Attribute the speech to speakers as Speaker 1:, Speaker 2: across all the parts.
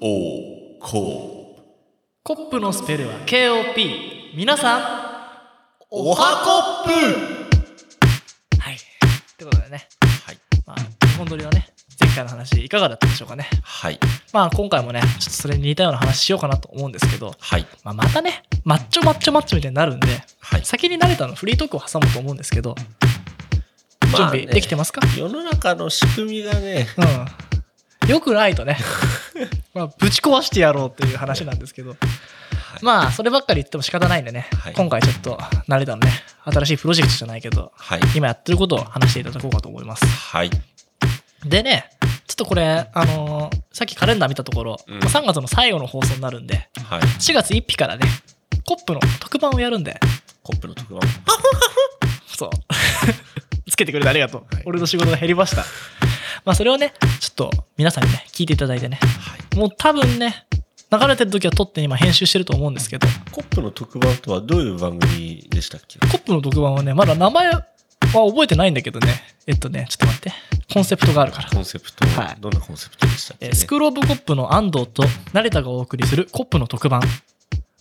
Speaker 1: おこ
Speaker 2: コップのスペルは KOP 皆さん
Speaker 1: おはこっぷ
Speaker 2: はいってことでね
Speaker 1: はい
Speaker 2: まあ日本撮りはね前回の話いかがだったでしょうかね
Speaker 1: はい
Speaker 2: まあ今回もねちょっとそれに似たような話しようかなと思うんですけど、
Speaker 1: はい
Speaker 2: まあ、またねマッチョマッチョマッチョみたいになるんで
Speaker 1: はい
Speaker 2: 先に慣れたのフリートークを挟むと思うんですけど準
Speaker 1: まあね
Speaker 2: 備できてますか、
Speaker 1: 世の中の仕組みがね
Speaker 2: うんよくないと ねまあぶち壊してやろうっていう話なんですけど、まあそればっかり言っても仕方ないんでね、
Speaker 1: はい
Speaker 2: 今回ちょっと慣れたのね新しいプロジェクトじゃないけど
Speaker 1: はい
Speaker 2: 今やってることを話していただこうかと思います
Speaker 1: はい
Speaker 2: でねちょっとこれあのーさっきカレンダー見たところ、
Speaker 1: うん
Speaker 2: 3月の最後の放送になるんで
Speaker 1: はい
Speaker 2: 4月1日からねコップの特番をやるんで
Speaker 1: コップの特番
Speaker 2: そう つけてくれてありがとう、
Speaker 1: はい
Speaker 2: 俺の仕事が減りましたまあそれをねちょっと皆さんにね聞いていただいてね
Speaker 1: はい
Speaker 2: もう多分ね流れてる時は撮って今編集してると思うんですけど
Speaker 1: コップの特番とはどういう番組でしたっけ
Speaker 2: コップの特番はねまだ名前は覚えてないんだけどねえっとねちょっと待ってコンセプトがあるから
Speaker 1: コンセプト、
Speaker 2: はい
Speaker 1: どんなコンセプトでしたっけ、
Speaker 2: え
Speaker 1: ね
Speaker 2: ースクールオブコップの安藤と成田がお送りするコップの特番。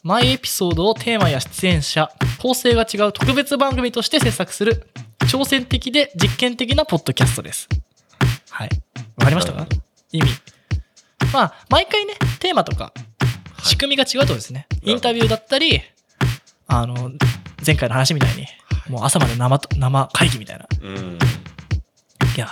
Speaker 2: マイエピソードをテーマや出演者、構成が違う特別番組として制作する、挑戦的で実験的なポッドキャストです。はい。わかりました
Speaker 1: な
Speaker 2: か
Speaker 1: るほど
Speaker 2: 意味。まあ、毎回ね、テーマと
Speaker 1: は
Speaker 2: か、
Speaker 1: い
Speaker 2: 仕組みが違うとですね、
Speaker 1: ほど
Speaker 2: インタビューだったり、あの、前回の話みたいに、もう朝まで生と、生会議みたいな。
Speaker 1: うん
Speaker 2: いや、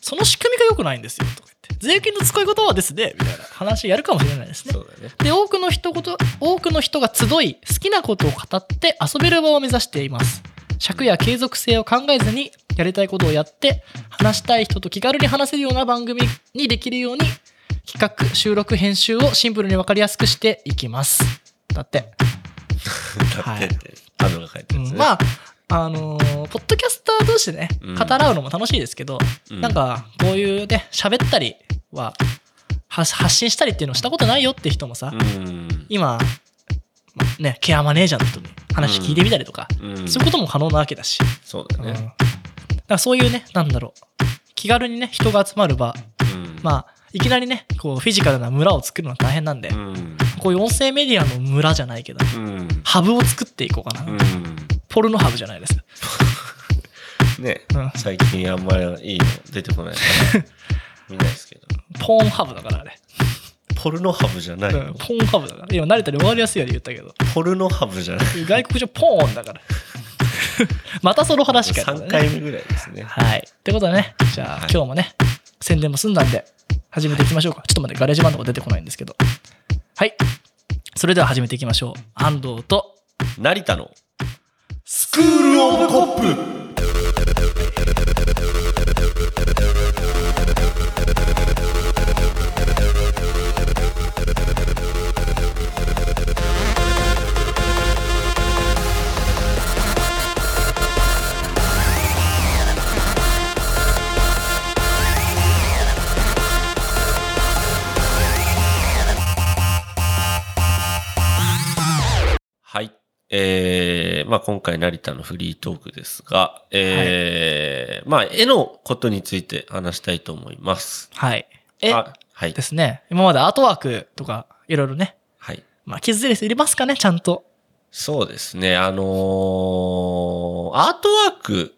Speaker 2: その仕組みが良くないんですよ、とか言って。税金の使い方はですね、みたいな話やるかもしれないですね
Speaker 1: そ。うだね
Speaker 2: で、多くの人ごと、多くの人が集い、好きなことを語って遊べる場を目指しています。尺や継続性を考えずに、やりたいことをやって、話したい人と気軽に話せるような番組にできるように、企画、収録、編集をシンプルに分かりやすくしていきます。だって。
Speaker 1: だってね、あのが書いてるんですね、
Speaker 2: うんまあ、あのーポッドキャスター同士でね、
Speaker 1: うん
Speaker 2: 語らうのも楽しいですけど、
Speaker 1: うん
Speaker 2: なんか、こういうね、喋ったりは、は発信したりっていうのをしたことないよって人もさ、
Speaker 1: うん
Speaker 2: 今、まね、ケアマネージャーの人に話聞いてみたりとか、
Speaker 1: うん
Speaker 2: そういうことも可能なわけだし、
Speaker 1: そうだ
Speaker 2: うんだ
Speaker 1: ね、
Speaker 2: からそういうね、なんだろう、気軽にね、人が集まる場、
Speaker 1: うん
Speaker 2: まあ、いきなりね、こう、フィジカルな村を作るのは大変なんで、
Speaker 1: うん
Speaker 2: こういう音声メディアの村じゃないけど、
Speaker 1: うん
Speaker 2: ハブを作っていこうかな。
Speaker 1: う
Speaker 2: ポルノハブじゃないです。
Speaker 1: んね、
Speaker 2: うん
Speaker 1: 最近あんまりいいの出てこないから 見ないですけど
Speaker 2: ポーンハブだからあれ。
Speaker 1: ポルノハブじゃないの、
Speaker 2: うん、ポーンハブだから。今、慣れたり終わりやすいように言ったけど。
Speaker 1: ポルノハブじゃない
Speaker 2: 外国人ポーンだから。 またその話かよ、
Speaker 1: 3回目ぐらいですね
Speaker 2: はい。ってことでね、じゃあ、
Speaker 1: はい
Speaker 2: 今日もね、宣伝も済んだんで、始めていきましょうか。ちょっと待って、ガレージバンドが出てこないんですけど。はい。それでは始めていきましょう。安藤と、
Speaker 1: 成田の
Speaker 2: スクールオブコップ
Speaker 1: はい。えー、まあ今回成田のフリートークですが、えー、まあ絵のことについて話したいと思います。
Speaker 2: はい。え、
Speaker 1: あはい
Speaker 2: で。すね。今までアートワークとか、いろいろね。
Speaker 1: はい。
Speaker 2: まあ、気づいてる人いますかね、ちゃんと。
Speaker 1: そうですね。あのー、アートワーク、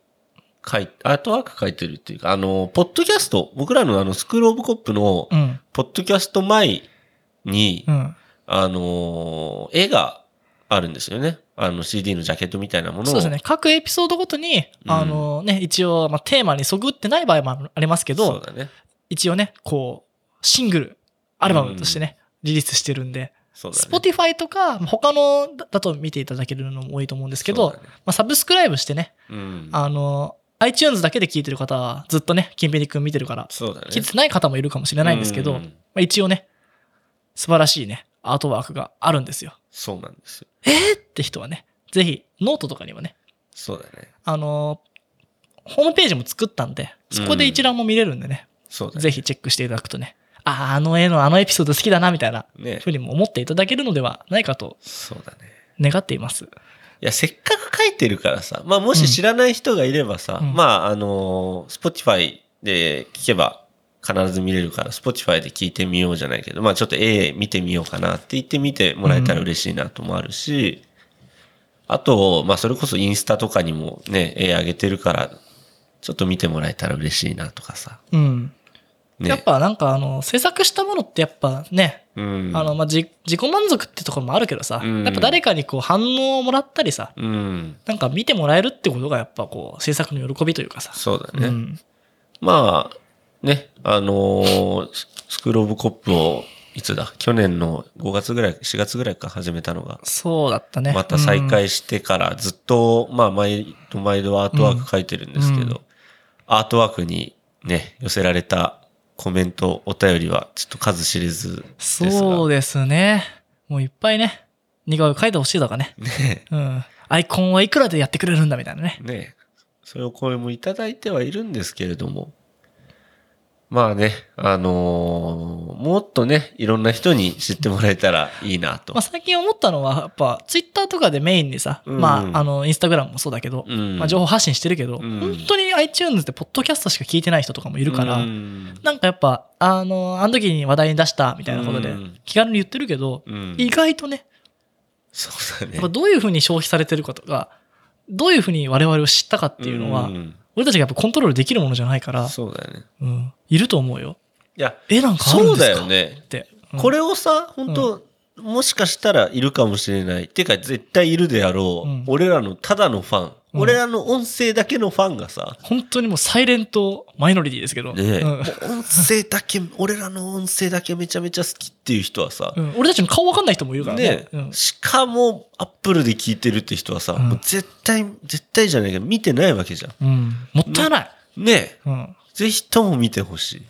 Speaker 1: 書い、アートワーク書いてるっていうか、あのー、ポッドキャスト、僕らのあの、スクールオブコップの
Speaker 2: う、ん。
Speaker 1: ポッドキャスト前に、
Speaker 2: うん。
Speaker 1: あのー、絵があるんですよね。あの、CD のジャケットみたいなものを。
Speaker 2: そうですね。各エピソードごとに、
Speaker 1: うん
Speaker 2: あのね、一応、まあ、テーマにそぐってない場合もありますけ
Speaker 1: そう
Speaker 2: ど、
Speaker 1: だね。
Speaker 2: 一応ね、こう、シングル、アルバムとしてね、リリースしてるんで、
Speaker 1: そうだね。
Speaker 2: Spotify とか、他のだだと見ていただけるのも多いと思うんですけど、
Speaker 1: そうだね
Speaker 2: まあ、サブスクライブしてね、
Speaker 1: うん。
Speaker 2: あの、iTunes だけで聞いてる方は、ずっとね、キンペニ君見てるから、
Speaker 1: そうだね。
Speaker 2: 聞いてない方もいるかもしれないんですけど、
Speaker 1: う
Speaker 2: まあ、一応ね、素晴らしいね、アートワークがあるんですよ。
Speaker 1: そうなんですよ。
Speaker 2: えーって人はね、ぜひ、ノートとかにもね、
Speaker 1: そうだね。
Speaker 2: あのーホームページも作ったんで、そこで一覧も見れるんでね、
Speaker 1: そうだね。
Speaker 2: ぜひチェックしていただくとね、ああ、あの絵のあのエピソード好きだな、みたいな
Speaker 1: ね
Speaker 2: ふう。にも思っていただけるのではないかと
Speaker 1: そうだね。
Speaker 2: 願っています。
Speaker 1: いや、せっかく書いてるからさ、まあ、もし知らない人がいればさ、
Speaker 2: うん
Speaker 1: まあ、あのー、Spotify で聞けば必ず見れるから、Spotify で聞いてみようじゃないけど、まあちょっと絵見てみようかなって言って見てもらえたら嬉しいなともあるし、あと、まあそれこそインスタとかにもね、絵上げてるから、ちょっと見てもらえたら嬉しいなとかさ。
Speaker 2: うん。
Speaker 1: ね、
Speaker 2: やっぱなんかあの、制作したものってやっぱね、
Speaker 1: うん、
Speaker 2: あの、まあ、じ自己満足ってところもあるけどさ、
Speaker 1: うん
Speaker 2: やっぱ誰かにこう反応をもらったりさ、
Speaker 1: うん、
Speaker 2: なんか見てもらえるってことがやっぱこう、制作の喜びというかさ。
Speaker 1: そうだね。
Speaker 2: うん。
Speaker 1: まあ、ね、あのーススクールオブコップを、いつだ去年の5月ぐらい、4月ぐらいか始めたのが、
Speaker 2: そうだったね。
Speaker 1: また再開してからずっと、まあ、毎度毎度アートワーク書いてるんですけど、
Speaker 2: うんうん
Speaker 1: アートワークにね、寄せられたコメント、お便りはちょっと数知れずですが。
Speaker 2: そうですね。もういっぱいね、似顔絵描いてほしいとかね。
Speaker 1: ね
Speaker 2: うん。アイコンはいくらでやってくれるんだみたいなね。
Speaker 1: ねそういうお声もいただいてはいるんですけれども、まあね、あのーもっとね、いろんな人に知ってもらえたらいいなと
Speaker 2: まあ、。最近思ったのは、やっぱ、ツイッターとかでメインにさ、
Speaker 1: うん
Speaker 2: まあ、あの、インスタグラムもそうだけど、
Speaker 1: うん
Speaker 2: まあ、情報発信してるけど、
Speaker 1: うん
Speaker 2: 本当に iTunes ってポッドキャストしか聞いてない人とかもいるから、
Speaker 1: うん
Speaker 2: なんかやっぱ、あの、あの時に話題に出したみたいなことで
Speaker 1: うん、
Speaker 2: 気軽に言ってるけど、
Speaker 1: うん
Speaker 2: 意外とね、
Speaker 1: そうだね
Speaker 2: やっぱ。どういうふうに消費されてるかとか、どういうふうに我々を知ったかっていうのは、
Speaker 1: ん
Speaker 2: 俺たちがやっぱコントロールできるものじゃないから、
Speaker 1: そうだよね。
Speaker 2: うん、いると思うよ。
Speaker 1: いや、
Speaker 2: 絵なんかある
Speaker 1: そ
Speaker 2: ん
Speaker 1: う
Speaker 2: で
Speaker 1: だ
Speaker 2: すか
Speaker 1: よね
Speaker 2: っ。て。うん
Speaker 1: これをさ、本当、もしかしたらいるかもしれない。てか、絶対いるであろう。
Speaker 2: うん
Speaker 1: 俺らのただのファン、
Speaker 2: うん
Speaker 1: 俺らの音声だけのファンがさ、
Speaker 2: 本当にもうサイレントマイノリティですけど、
Speaker 1: ねえ、
Speaker 2: う
Speaker 1: もう音声だけ、俺らの音声だけめちゃめちゃ好きっていう人はさ、
Speaker 2: んうん俺たちの顔わかんない人もいるからね。
Speaker 1: ねえ
Speaker 2: うん
Speaker 1: しかも、アップルで聞いてるって人はさ、
Speaker 2: うん
Speaker 1: もう絶対、絶対じゃないけど、見てないわけじゃ
Speaker 2: うんもったいない、
Speaker 1: ん。ねえ、
Speaker 2: うん。
Speaker 1: ぜひとも見てほしい。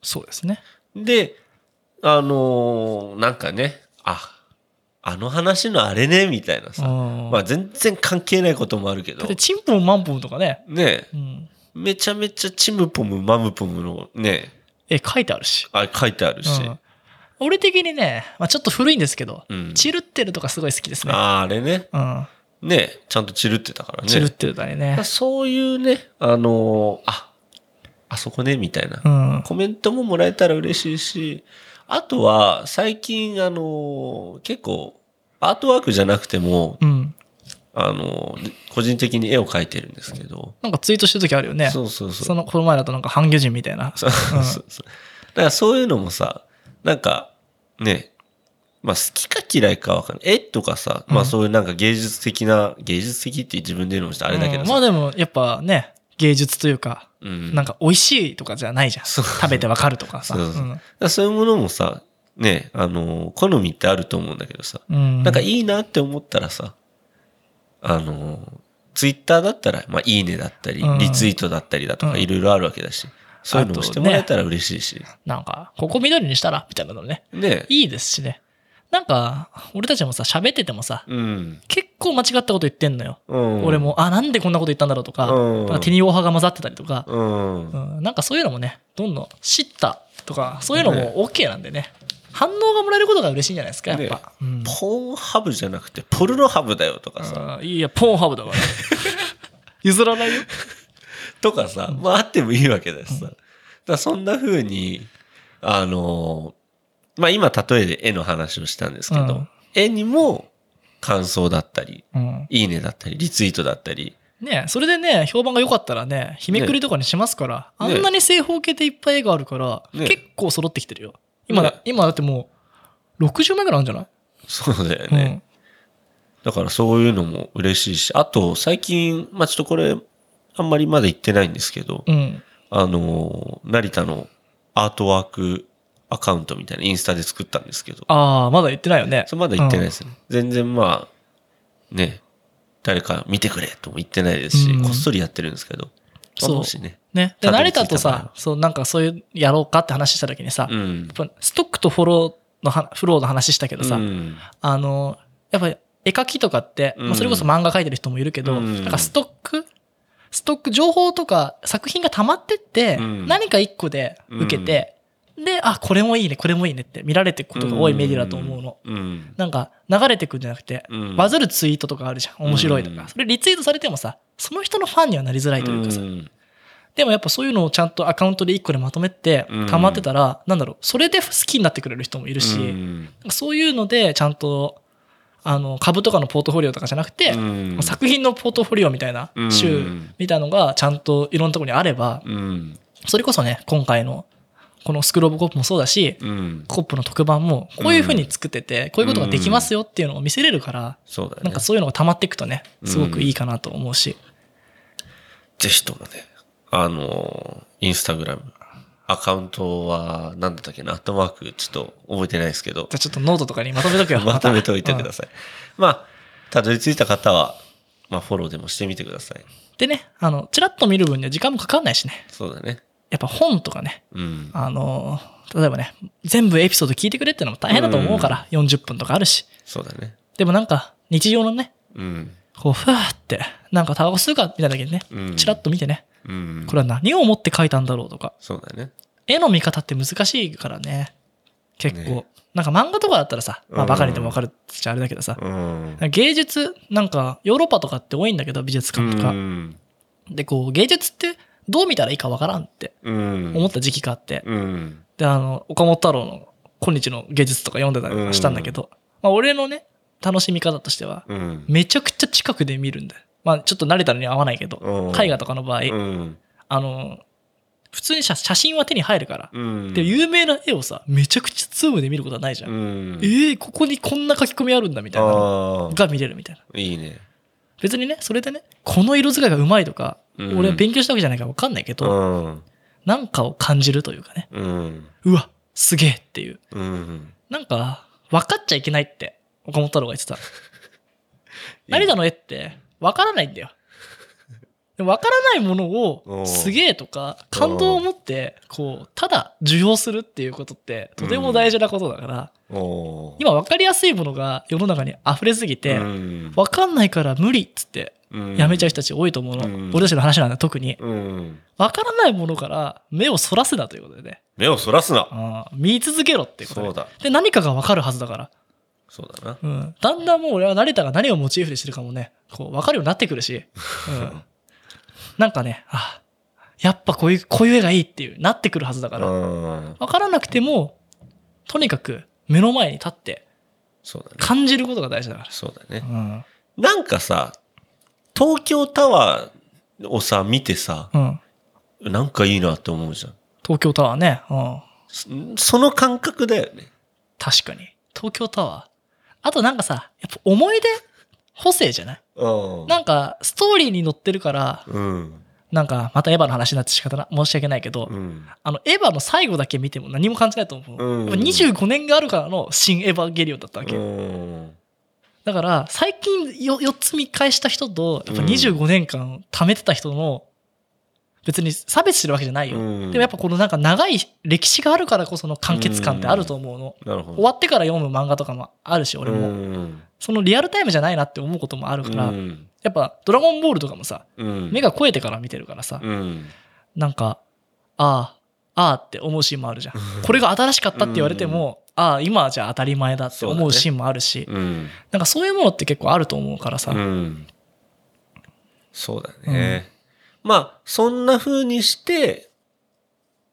Speaker 2: そうですね。
Speaker 1: で、あのーなんかね、あ、あの話のあれね、みたいなさ。ま
Speaker 2: ま
Speaker 1: あ全然関係ないこともあるけど
Speaker 2: で、、チンポンマンポンとかね、
Speaker 1: ねえ
Speaker 2: うん、
Speaker 1: めちゃめちゃチムポムマムポムのね、
Speaker 2: 絵書いてあるし。
Speaker 1: あ書いてあるし。
Speaker 2: うん俺的にね、まあ、ちょっと古いんですけど、
Speaker 1: うん
Speaker 2: チルってるとかすごい好きですね。
Speaker 1: あーあれね、
Speaker 2: うん、
Speaker 1: ねえちゃんと散るってたからね。
Speaker 2: チルってるだ
Speaker 1: だ
Speaker 2: ね
Speaker 1: から。そういうね、あのーあ、あそこね、みたいな。
Speaker 2: うん、
Speaker 1: コメントももらえたら嬉しいし、あとは最近あのー結構アートワークじゃなくても、
Speaker 2: うん。
Speaker 1: あの、で個人的に絵を描いてるんですけど。
Speaker 2: なんかツイートしてる時あるよね。
Speaker 1: そうそうそう。
Speaker 2: その、この前だとなんか半魚人みたいな。
Speaker 1: そう そうそう。だからそういうのもさ、なんか、ね、まあ好きか嫌いかわかんない。絵とかさ、ま
Speaker 2: う
Speaker 1: あ
Speaker 2: ん
Speaker 1: そういうなんか芸術的な、芸術的って自分で言うのもしたあれだけど
Speaker 2: うん
Speaker 1: さ。
Speaker 2: まあでも、やっぱね、芸術というか、
Speaker 1: うん
Speaker 2: なんか美味しいとかじゃないじゃん。
Speaker 1: そう
Speaker 2: 食べてわかるとかさ。
Speaker 1: そうそう
Speaker 2: うん
Speaker 1: だからそういうものもさ、ね、あの、好みってあると思うんだけどさ、
Speaker 2: うん。
Speaker 1: なんかいいなって思ったらさ、あの、ツイッターだったら、まあいいねだったり
Speaker 2: うん、
Speaker 1: リツイートだったりだと
Speaker 2: う
Speaker 1: か
Speaker 2: ん
Speaker 1: いろいろあるわけだし、そういうのもしてもらえたら嬉しいし。
Speaker 2: なんか、ここ緑にしたらみたいなのね。
Speaker 1: ね。
Speaker 2: いいですしね。なんか、俺たちもさ、喋っててもさ、
Speaker 1: うん。
Speaker 2: 結構間違ったこと言ってんのよ。
Speaker 1: うん
Speaker 2: 俺。も、あ、なんでこんなこと言ったんだろうとか、
Speaker 1: うん
Speaker 2: なんか手に余波が混ざってたりとか、
Speaker 1: うん。
Speaker 2: うんなんかそういうのもね、どんどん知ったとか、そういうのも OK なんでね。反応がもらえることが嬉しいんじゃないですか、やっぱ。うん
Speaker 1: ポーンハブじゃなくて、ポルノハブだよとかさ、
Speaker 2: うんいや、ポーンハ ブだから。譲らないよ。
Speaker 1: とかさ、まああってもいいわけだしさ。だからそんな風に、あのー、まあ今例えで絵の話をしたんですけど、
Speaker 2: うん
Speaker 1: 絵にも感想だったり、
Speaker 2: うん
Speaker 1: いいねだったり、リツイートだったり、
Speaker 2: ねそれでね、評判が良かったらね、日めくりとかにしますから、
Speaker 1: ね
Speaker 2: あんなに正方形でいっぱい絵があるから、
Speaker 1: ね
Speaker 2: 結構揃ってきてるよ。今だ、
Speaker 1: ね
Speaker 2: 今だってもう、60枚ぐらいあるんじゃない、
Speaker 1: そうだよね。だからそういうのも嬉しいし、あと最近、まあちょっとこれ、あんまりまだ言ってないんですけど、
Speaker 2: うん。うん。
Speaker 1: あのー、成田のアートワークアカウントみたいなインスタで作ったんですけど、
Speaker 2: ああ、まだ言ってないよね。
Speaker 1: それまだ言ってないですね。全然まあ、ね、誰か見てくれとも言ってないですし、
Speaker 2: うん
Speaker 1: こっそりやってるんですけど、まあ
Speaker 2: そう
Speaker 1: もしね。
Speaker 2: ね。で、
Speaker 1: たど
Speaker 2: 成
Speaker 1: り着いた
Speaker 2: 田とさ、そう、なんかそういう、やろうかって話した時にさ、
Speaker 1: うん。
Speaker 2: やっぱストックとフォローのは、フローの話したけどさ、
Speaker 1: うん
Speaker 2: あの、やっぱ絵描きとかって、
Speaker 1: うん
Speaker 2: まあ、それこそ漫画描いてる人もいるけど、
Speaker 1: うん
Speaker 2: なんかストックストック情報とか作品が溜まってって、
Speaker 1: うん
Speaker 2: 何か一個で受けて、で、あ、これもいいね、これもいいねって見られていくことが多いメディアだと思うの。
Speaker 1: うん。
Speaker 2: なんか流れてくんじゃなくて、
Speaker 1: うん
Speaker 2: バズるツイートとかあるじゃん。面白いとか。
Speaker 1: うん
Speaker 2: それリツイートされてもさ、その人のファンにはなりづらいというかさ、
Speaker 1: うん
Speaker 2: でもやっぱそういうのをちゃんとアカウントで1個でまとめて
Speaker 1: うん
Speaker 2: 溜まってたら、なんだろう、それで好きになってくれる人もいるし、
Speaker 1: うん
Speaker 2: そういうのでちゃんと、あの、株とかのポートフォリオとかじゃなくて、
Speaker 1: うん
Speaker 2: 作品のポートフォリオみたいな
Speaker 1: うん
Speaker 2: 週みたいのがちゃんといろんなところにあれば、
Speaker 1: うん
Speaker 2: それこそね、今回のこのスクローブコップもそうだし、
Speaker 1: うん
Speaker 2: コップの特番もこういう風に作ってて、こういうことができますよっていうのを見せれるから、
Speaker 1: そうだね。
Speaker 2: なんかそういうのが溜まっていくとね、すごくいいかなと思うし。
Speaker 1: ぜひともね、あの、インスタグラム、アカウントは、なんだったっけな、アットマーク、ちょっと覚えてないです けど
Speaker 2: じゃ、あちょっとノートとかにまとめとく よ。
Speaker 1: まとめておいてくださ
Speaker 2: さ
Speaker 1: い。まあ、たどり着いた方は、まあ、フォローでもしてみてください。
Speaker 2: い。でね、あの、チラッと見る分には時間もかかんないしね。
Speaker 1: そうだね。
Speaker 2: やっぱ本とかね、
Speaker 1: うん。
Speaker 2: あの、例えばね、全部エピソード聞いてくれってのも大変だと思うから、40分とかあるし。
Speaker 1: そうだね。
Speaker 2: でもなんか、日常のね、
Speaker 1: うん。
Speaker 2: こう、ふわーって、なんかタバコ吸うか、みたいな時にね
Speaker 1: う、ん
Speaker 2: チラッと見てね、
Speaker 1: うん。
Speaker 2: これは何を思って書いたんだろうとか、
Speaker 1: そうだね。
Speaker 2: 絵の見方って難しいからね結構、
Speaker 1: ね
Speaker 2: なんか漫画とかだったらさ、まあ、
Speaker 1: うん
Speaker 2: バカにでも分かるっちゃあれだけどさ、
Speaker 1: うん。
Speaker 2: 芸術なんかヨーロッパとかって多いんだけど美術館とか、
Speaker 1: うん。
Speaker 2: でこう芸術ってどう見たらいいか分からんって
Speaker 1: うん。
Speaker 2: 思った時期があって、
Speaker 1: うん。
Speaker 2: であの岡本太郎の「今日の芸術」とか読んでたりとかしたんだけど、まあ、俺のね楽しみ方としては
Speaker 1: うん。
Speaker 2: めちゃくちゃ近くで見るんだよまあちょっと慣れたのに合わないけ
Speaker 1: う
Speaker 2: ど
Speaker 1: ん
Speaker 2: 絵画とかの場
Speaker 1: う
Speaker 2: 合、
Speaker 1: ん。
Speaker 2: あの普通に写写真は手に入るから、
Speaker 1: うん。
Speaker 2: で有名な絵をさめちゃくちゃズームで見ることはないじゃん、
Speaker 1: うん。
Speaker 2: えー、ここにこんな書き込みあるんだみたいなの
Speaker 1: ああ。
Speaker 2: が見れるみたいない
Speaker 1: いね。
Speaker 2: 別にねそれでねこの色使いがうまいとか、
Speaker 1: うん
Speaker 2: 俺は勉強したわけじゃないから分かんないけ
Speaker 1: う
Speaker 2: ど、
Speaker 1: ん。
Speaker 2: なんかを感じるというかね
Speaker 1: うん。
Speaker 2: うわすげえっていう
Speaker 1: うん。
Speaker 2: なんか分かっちゃいけないって岡本太郎が言ってた成田の絵って分からないんだよでも分からないもの
Speaker 1: お
Speaker 2: を
Speaker 1: う
Speaker 2: すげえとか感動を持ってこうただ受容するっていうことってとても大事なことだから、
Speaker 1: おー
Speaker 2: 今分かりやすいものが世の中に溢れすぎて、
Speaker 1: うん
Speaker 2: 分かんないから無理っつってやめちゃう人たち多いと思うの、
Speaker 1: うん
Speaker 2: 俺たちの話なんだ特に
Speaker 1: うん。
Speaker 2: 分からないものから目をそらせなということでね、
Speaker 1: 目をそらすな。
Speaker 2: うん見続けろっていうことで
Speaker 1: そうだ。
Speaker 2: で何かが分かるはずだから、
Speaker 1: そうだな。
Speaker 2: うん、だんだんもう俺は成田が何をモチーフにしてるかもねこう分かるようになってくるし、うん、 なんかねあやっぱこういうこういう絵がいいっていうなってくるはずだから、
Speaker 1: うん。
Speaker 2: 分からなくてもとにかく目の前に立って
Speaker 1: そうだね。
Speaker 2: 感じることが大事だか
Speaker 1: そうだね
Speaker 2: ら、。うん
Speaker 1: なんかさ、東京タワーをさ、見てさ、
Speaker 2: うん、
Speaker 1: なんかいいなって思うじゃん
Speaker 2: 東京タワーね。うん。
Speaker 1: そ。その感覚だよね。
Speaker 2: 確かに。東京タワー。あとなんかさ、やっぱ思い出補正じゃない
Speaker 1: うん。
Speaker 2: なんか、ストーリーに載ってるから、
Speaker 1: うん。な
Speaker 2: なんか、またエヴァの話になって仕方ない。申し訳ないけど、
Speaker 1: うん。
Speaker 2: あの、エヴァの最後だけ見ても何も感じないと思う。
Speaker 1: うん
Speaker 2: やっぱ25年があるからの新エヴァゲリオンだったわけ。
Speaker 1: うん。
Speaker 2: だから、最近よ4つ見返した人と、やっぱ
Speaker 1: うん
Speaker 2: 25年間貯めてた人の、別に差別してるわけじゃないよ。
Speaker 1: うん
Speaker 2: でもやっぱこのなんか長い歴史があるからこその完結感ってあると思うの。
Speaker 1: なるほど。
Speaker 2: 終わってから読む漫画とかもあるし俺も、
Speaker 1: うん。
Speaker 2: そのリアルタイムじゃないなって思うこともあるから、
Speaker 1: うん。
Speaker 2: やっぱ「ドラゴンボール」とかもさ
Speaker 1: うん
Speaker 2: 目が肥えてから見てるからさ、
Speaker 1: うん。
Speaker 2: なんかああああって思うシーンもあるじゃんこれが新しかったって言われても、ああ今じゃ当たり前だって
Speaker 1: そうだ
Speaker 2: 思う
Speaker 1: ね
Speaker 2: シーンもあるし、
Speaker 1: うん。
Speaker 2: なんかそういうものって結構あると思うからさ、
Speaker 1: うん。そうだね。まあ、そんな風にして、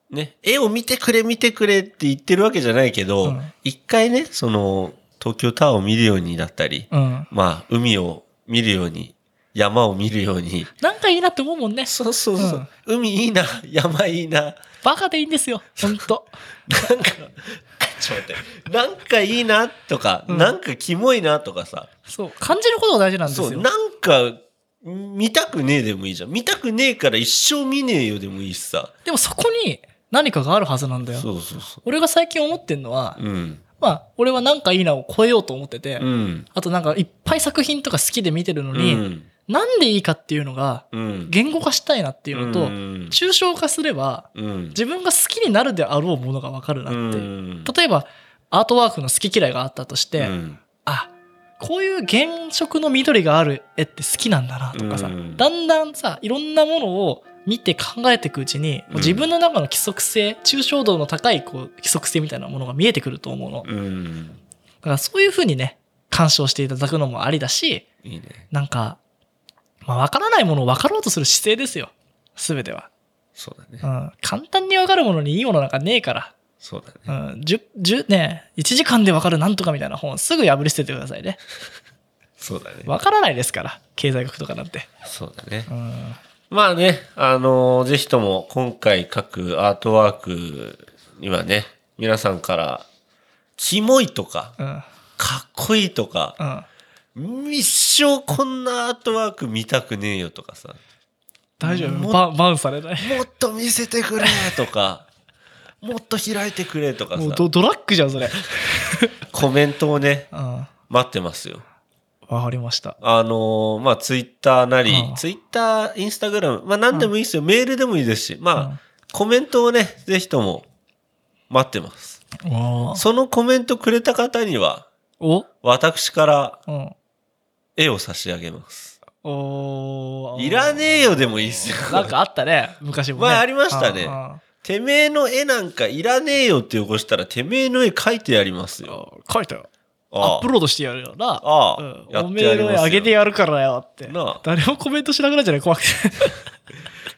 Speaker 1: ね、絵を見てくれ見てくれって言ってるわけじゃないけ
Speaker 2: う
Speaker 1: ど
Speaker 2: ん、
Speaker 1: 一、回ね、その、東京タワーを見るようにだったり、
Speaker 2: うん、
Speaker 1: まあ、海を見るように、山を見るように、
Speaker 2: なんかいいなって思うもんね
Speaker 1: そうそうそう、海いいな、山いいな、
Speaker 2: バカでいいんですよほんと
Speaker 1: なんか、ちょっと待って、なんかいいなとか、
Speaker 2: うん
Speaker 1: なんかキモいなとかさ、
Speaker 2: そう感じることが大事なんです
Speaker 1: そう、
Speaker 2: よ
Speaker 1: なんか、見たくねえでもいいじゃん。見たくねえから一生見ねえよでもいいしさ。
Speaker 2: でもそこに何かがあるはずなんだよ
Speaker 1: そうそうそ
Speaker 2: 俺が最近思ってんのは、
Speaker 1: う。うん。
Speaker 2: まあ俺はなんかいいなを超えようと思ってて、
Speaker 1: うん。
Speaker 2: あとなんかいっぱい作品とか好きで見てるの
Speaker 1: う
Speaker 2: に、
Speaker 1: ん。
Speaker 2: なんでいいかっていうのが
Speaker 1: うん。
Speaker 2: 言語化したいなっていうのと、
Speaker 1: うん
Speaker 2: 抽象化すれば
Speaker 1: うん。
Speaker 2: 自分が好きになるであろうものがわかるなって、
Speaker 1: うん
Speaker 2: 例えばアートワークの好き嫌いがあったとして、
Speaker 1: うん
Speaker 2: あこういう原色の緑がある絵って好きなんだなとかさ、
Speaker 1: うん
Speaker 2: だんだんさいろんなものを見て考えていくうちに、
Speaker 1: うん
Speaker 2: 自分の中の規則性抽象度の高いこう規則性みたいなものが見えてくると思うの、
Speaker 1: うん。
Speaker 2: だからそういうふうにね、鑑賞していただくのもありだし、
Speaker 1: いいね。
Speaker 2: なんか、まあ、わからないものを分かろうとする姿勢ですよ。すべては。
Speaker 1: そうだ
Speaker 2: う
Speaker 1: ね。
Speaker 2: ん、簡単にわかるものにいいものなんかねえから。
Speaker 1: そうだね。
Speaker 2: うん、10、10ね、1時間でわかるなんとかみたいな本すぐ破り捨ててくださいね。
Speaker 1: そうだね。
Speaker 2: わからないですから、経済学とかなんて。
Speaker 1: そうだね
Speaker 2: う。ん、
Speaker 1: まあね、あのーぜひとも今回書くアートワークにはね、皆さんから、キモいとか、
Speaker 2: うん、
Speaker 1: かっこいいとか、
Speaker 2: うん。
Speaker 1: 一生こんなアートワーク見たくねえよとかさ、
Speaker 2: 大丈
Speaker 1: も
Speaker 2: 夫。バン、バンされない。
Speaker 1: もっと見せてくれと か、もっと開いてくれとか
Speaker 2: もう
Speaker 1: さ、
Speaker 2: ドドラッグじゃん、それ。
Speaker 1: コメントをね、
Speaker 2: うん。わ
Speaker 1: 待ってますよ。
Speaker 2: かりました。
Speaker 1: あのーまあ、ツイッターなり
Speaker 2: うん、
Speaker 1: ツイッター、インスタグラム、まあ、何でもいいですよ。メールでもいいですし、まあ、
Speaker 2: うん
Speaker 1: コメントをね、ぜひとも待ってます。
Speaker 2: お
Speaker 1: そのコメントくれた方には、
Speaker 2: お
Speaker 1: 私から
Speaker 2: うん。
Speaker 1: 絵を差し上げます。
Speaker 2: おー
Speaker 1: いらねえよでもいいですよ。
Speaker 2: なんかあったね、昔もね。
Speaker 1: まあありましたね
Speaker 2: うんうん
Speaker 1: てめえの絵なんかいらねえよって起こしたら、てめえの絵描いてやりますよ。
Speaker 2: 書いたよ。
Speaker 1: ああ
Speaker 2: アップロードしてやるよな。
Speaker 1: ああ
Speaker 2: うん
Speaker 1: や
Speaker 2: お
Speaker 1: って
Speaker 2: めえ
Speaker 1: やり
Speaker 2: の
Speaker 1: ますよ
Speaker 2: 絵あげてやるからよって。
Speaker 1: なあ
Speaker 2: 誰もコメントしなくなっちゃうね、怖くて。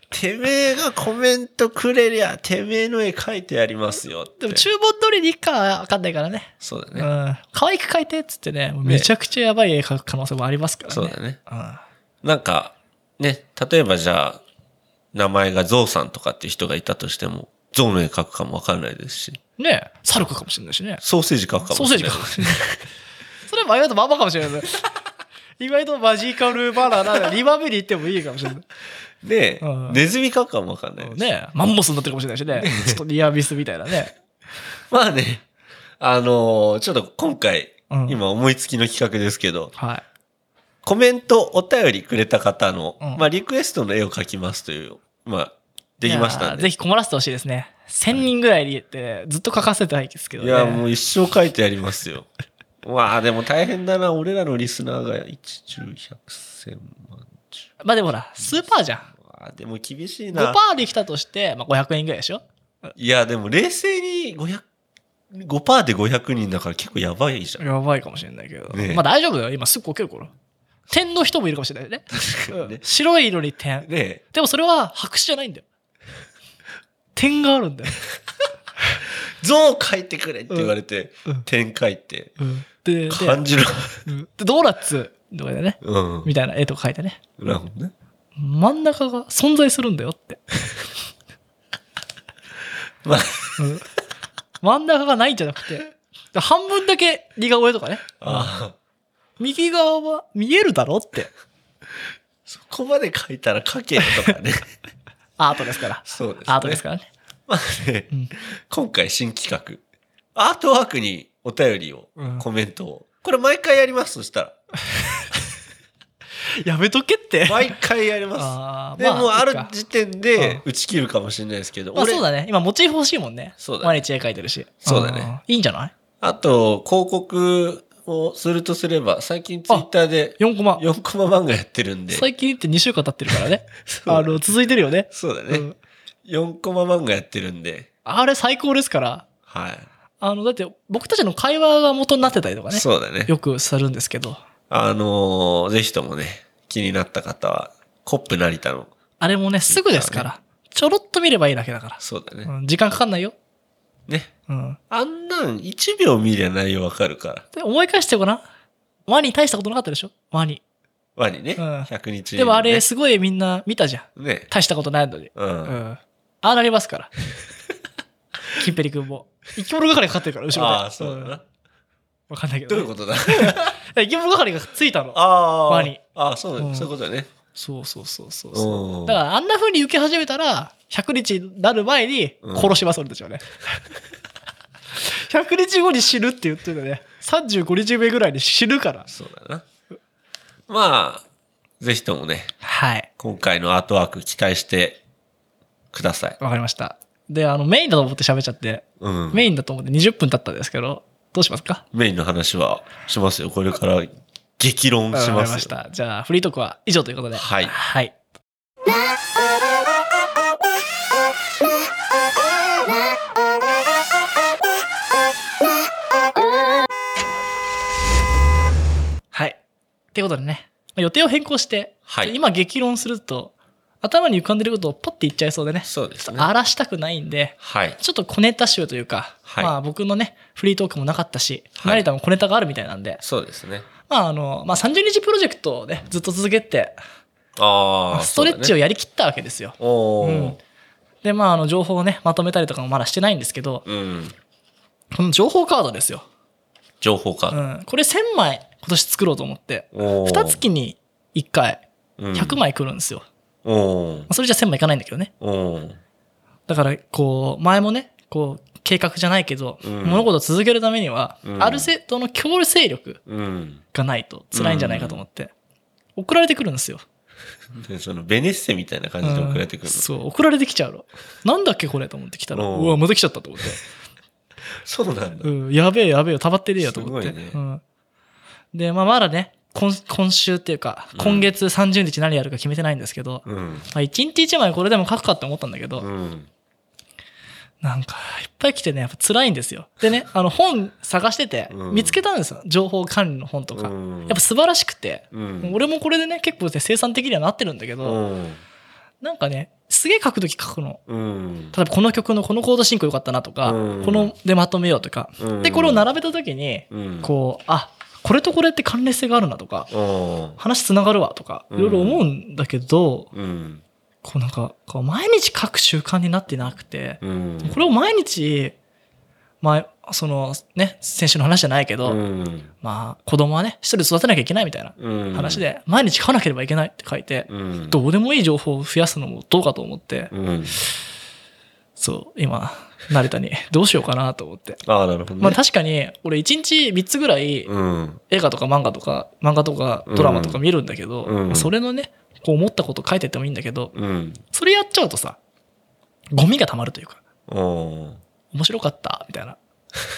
Speaker 1: てめえがコメントくれりゃ、てめえの絵描いてやりますよって。
Speaker 2: でも注文通りにいっかわかんないからね。
Speaker 1: そうだ
Speaker 2: うん。
Speaker 1: ね。
Speaker 2: 可愛く描いてっつってね、もうめちゃくちゃやばい絵描く可能性もありますからね。
Speaker 1: そうだね。
Speaker 2: うん。
Speaker 1: なんか、ね、例えばじゃあ、名前がゾウさんとかっていう人がいたとしても、ゾウの絵描くかもわかんないですし、
Speaker 2: ねえ、猿かかもしれないしね。
Speaker 1: ソーセージ描くか
Speaker 2: ソ
Speaker 1: も
Speaker 2: ーセ
Speaker 1: しれ
Speaker 2: ージ
Speaker 1: ない
Speaker 2: かもしれない。それは迷うとまんまかもしれないです。意外とマジカルバナナが2番目に行ってもいいかもしれない。
Speaker 1: で、
Speaker 2: うん
Speaker 1: ネズミ描くかもわかんないですし。
Speaker 2: ねえ、マンモスになってるかもしれないしね。ちょっとニアミスみたいなね。
Speaker 1: まあね、あのーちょっと今回、
Speaker 2: うん
Speaker 1: 今思いつきの企画ですけど、
Speaker 2: はい。
Speaker 1: コメント、お便りくれた方の、
Speaker 2: うん
Speaker 1: まあリクエストの絵を描きますという、まあ、できましたん
Speaker 2: いやー
Speaker 1: で。
Speaker 2: ぜひ困らせてほしいですね。1000人ぐらいにって、ずっと書かせたいですけど
Speaker 1: い
Speaker 2: ね。
Speaker 1: や、もう一生書いてやりますよ。 わあ、でも大変だな。俺らのリスナーが1、10、100、1000万、10。
Speaker 2: まあでもほら、スーパーじゃん。
Speaker 1: わあ、でも厳しいな。
Speaker 2: 5%できたとして、まあ、500円ぐらいでしょ
Speaker 1: いや、でも冷静に500、5%で500人だから結構やばいじゃん。
Speaker 2: やばいかもしれないけど。
Speaker 1: ねえ
Speaker 2: まあ大丈夫だよ。今すぐこけるから。点の人もいるかもしれないね。
Speaker 1: に ね
Speaker 2: うん白い色に点。
Speaker 1: ねえ。
Speaker 2: でもそれは白紙じゃないんだよ。点があるんだよ。
Speaker 1: 象書いてくれって言われて、
Speaker 2: うん
Speaker 1: 点書いて、
Speaker 2: で、で、
Speaker 1: 感じろ。
Speaker 2: うんでドーナツとかでね、
Speaker 1: うん。
Speaker 2: みたいな絵とか描いてね。
Speaker 1: なるほどね。
Speaker 2: 真ん中が存在するんだよって。
Speaker 1: まあ、
Speaker 2: うん 真ん中がないんじゃなくて、半分だけ似顔絵とかね。
Speaker 1: ああ、
Speaker 2: 右側は見えるだろって。
Speaker 1: そこまで書いたら書けとかね。
Speaker 2: アートですから。
Speaker 1: そうですね。
Speaker 2: アートですからね。
Speaker 1: まあね、
Speaker 2: うん
Speaker 1: 今回新企画。アートワークにお便りを
Speaker 2: うん、
Speaker 1: コメントを。これ毎回やりますとしたら。
Speaker 2: やめとけって。
Speaker 1: 毎回やりま
Speaker 2: あ
Speaker 1: す。
Speaker 2: ー
Speaker 1: で
Speaker 2: ま
Speaker 1: もうあ
Speaker 2: そ
Speaker 1: る
Speaker 2: っか
Speaker 1: 時点で打ち切るかもしれないですけど、
Speaker 2: まあ
Speaker 1: 俺
Speaker 2: そうだね。今、モチーフ欲しいもんね。
Speaker 1: そうだね
Speaker 2: 毎日絵描いてるし。
Speaker 1: そうだね
Speaker 2: あー。いいんじゃない
Speaker 1: あと広告をするとすれば、最近ツイッターで
Speaker 2: ?4 コマ。
Speaker 1: 4コマ漫画やってるんで。
Speaker 2: 最近って2週間経ってるからね。
Speaker 1: そう
Speaker 2: あの、続いてるよね。
Speaker 1: そうだ
Speaker 2: う
Speaker 1: ね
Speaker 2: ん。
Speaker 1: 4コマ漫画やってるんで。
Speaker 2: あれ最高ですから。
Speaker 1: はい。
Speaker 2: あの、だって僕たちの会話が元になってたりとかね。
Speaker 1: そうだね。
Speaker 2: よくするんですけど。
Speaker 1: あのーぜひともね、気になった方は、コップ成田の。
Speaker 2: あれもね、すぐですから。ちょろっと見ればいいだけだから。
Speaker 1: そうだね。
Speaker 2: うん、時間かかんないよ。
Speaker 1: ね。
Speaker 2: うん。
Speaker 1: あんなん1秒見りゃ内容わかるから。
Speaker 2: で、思い返してごらん。ワニ大したことなかったでしょワニ。
Speaker 1: ワニね。
Speaker 2: うん
Speaker 1: 100日、ね。
Speaker 2: でもあれ、すごいみんな見たじゃん。
Speaker 1: ね。
Speaker 2: 大したことないのに。
Speaker 1: う。
Speaker 2: うん
Speaker 1: あ
Speaker 2: ん。ああなりま すから。キンペリ君も。生き物係がかかってるから、後ろで。
Speaker 1: あー、そうだ
Speaker 2: ん
Speaker 1: な。
Speaker 2: わかんないけど
Speaker 1: どう
Speaker 2: ね、
Speaker 1: いうこ とだ
Speaker 2: 生き物係がついたの。
Speaker 1: ああ。
Speaker 2: ワニ。
Speaker 1: ああ、そうだ、
Speaker 2: うん
Speaker 1: そういうことだね。
Speaker 2: そうそうそうそうそう。
Speaker 1: うん。
Speaker 2: だからあんな風に受け始めたら、100日になる前に
Speaker 1: うん
Speaker 2: 殺します、俺た ちはね。100日後に死ぬって言ってたね。35日目ぐらいに死ぬから。
Speaker 1: そうだな。まあ、ぜひともね、
Speaker 2: はい。
Speaker 1: 今回のアートワーク期待してください。
Speaker 2: わかりました。で、あの、メインだと思って喋っちゃって、
Speaker 1: うん。
Speaker 2: メインだと思って20分経ったんですけど、どうしますか
Speaker 1: メインの話はしますよ。これから激論し
Speaker 2: わか
Speaker 1: ま
Speaker 2: りますし
Speaker 1: よ。
Speaker 2: た。じゃあ、フリートークは以上ということで。
Speaker 1: はい
Speaker 2: はい。はい。ってことでね、まあ予定を変更して、
Speaker 1: はい
Speaker 2: 今激論すると、頭に浮かんでることをポッて言っちゃいそうでね、
Speaker 1: そうですね。
Speaker 2: 荒らしたくないんで、
Speaker 1: はい。
Speaker 2: ちょっと小ネタ集というか、
Speaker 1: はい
Speaker 2: まあ僕のね、フリートークもなかったし、
Speaker 1: はい
Speaker 2: 成田も小ネタがあるみたいなんで、
Speaker 1: そうですね。
Speaker 2: まああの、まあ30日プロジェクトをね、ずっと続けて、
Speaker 1: ああ。
Speaker 2: ストレッチを
Speaker 1: を。
Speaker 2: やりきったわけですよ。
Speaker 1: お
Speaker 2: うん
Speaker 1: お。
Speaker 2: で、まああの、情報をね、まとめたりとかもまだしてないんですけど、
Speaker 1: うん。
Speaker 2: この情報カードですよ。
Speaker 1: 情報
Speaker 2: う
Speaker 1: か。
Speaker 2: ん。これ1000枚今年作ろうと思って、
Speaker 1: おお。
Speaker 2: 2月に1回、
Speaker 1: うん
Speaker 2: 100。枚来るんですよ。ま
Speaker 1: おお。
Speaker 2: あそれじゃ1000枚いかないんだけどね。
Speaker 1: おお。
Speaker 2: だから、こう、前もね、こう、計画じゃないけど、
Speaker 1: うん
Speaker 2: 物事を続けるためには、
Speaker 1: うん
Speaker 2: ある程度の強制力
Speaker 1: うん。
Speaker 2: がないと辛いんじゃないかと思って、送られてくるんですよ。
Speaker 1: でそのベネッセみたいな感じで送られてく
Speaker 2: うん
Speaker 1: るの。
Speaker 2: そう、送られてきちゃうの。なんだっけこれと思って来たら、
Speaker 1: おう
Speaker 2: うわ、また来ちゃったと思って。
Speaker 1: そうなんだ。
Speaker 2: うん、やべえやべえ、溜まってるやと思って。
Speaker 1: すごいね
Speaker 2: うん、で、まあ、まだね、今今週っていうか、今月30日何やるか決めてないんですけど、
Speaker 1: うん。
Speaker 2: まあ、一日一枚これでも書くかって思ったんだけど、
Speaker 1: うん。
Speaker 2: なんか、いっぱい来てね、やっぱ辛いんですよ。でね、あの、本探してて、
Speaker 1: うん
Speaker 2: 見つけたんですよ。情報管理の本とか。
Speaker 1: うん
Speaker 2: やっぱ素晴らしくて、
Speaker 1: うん。
Speaker 2: 俺もこれでね、結構ね、生産的にはなってるんだけど、
Speaker 1: うん。
Speaker 2: なんかね、すげえ書くとき書くの。
Speaker 1: うん。
Speaker 2: 例えばこの曲のこのコード進行良かったなとか、
Speaker 1: うん
Speaker 2: このでまとめようとか、
Speaker 1: うん
Speaker 2: でこれを並べた時に、
Speaker 1: うん
Speaker 2: こうあこれとこれって関連性があるなとか
Speaker 1: お
Speaker 2: 話つながるわとか
Speaker 1: うん
Speaker 2: いろいろ思うんだけど、
Speaker 1: ーうん。
Speaker 2: こうなんかこう毎日書く習慣になってなくて、
Speaker 1: うん。
Speaker 2: これを毎日まあそのね先週の話じゃないけど、
Speaker 1: うん。
Speaker 2: まあ子供はね一人で育てなきゃいけないみたいな
Speaker 1: うん。
Speaker 2: 話。で、毎日書かなければいけないって書いて、
Speaker 1: うん。
Speaker 2: どうでもいい情報を増やすのもどうかと思って、
Speaker 1: うん。
Speaker 2: そう、今、成田に、どうしようかなと思って。
Speaker 1: ああ、なるほどね。
Speaker 2: まあ確かに、俺一日3つぐらい、
Speaker 1: うん。
Speaker 2: 映画とか漫画とか、漫画とかドラマとか見るんだけど、
Speaker 1: うん
Speaker 2: まあそれのね、こう思ったこと書いてってもいいんだけど、
Speaker 1: うん。
Speaker 2: それやっちゃうとさ、ゴミが溜まるというか、
Speaker 1: おー
Speaker 2: 面白かった、みたいな。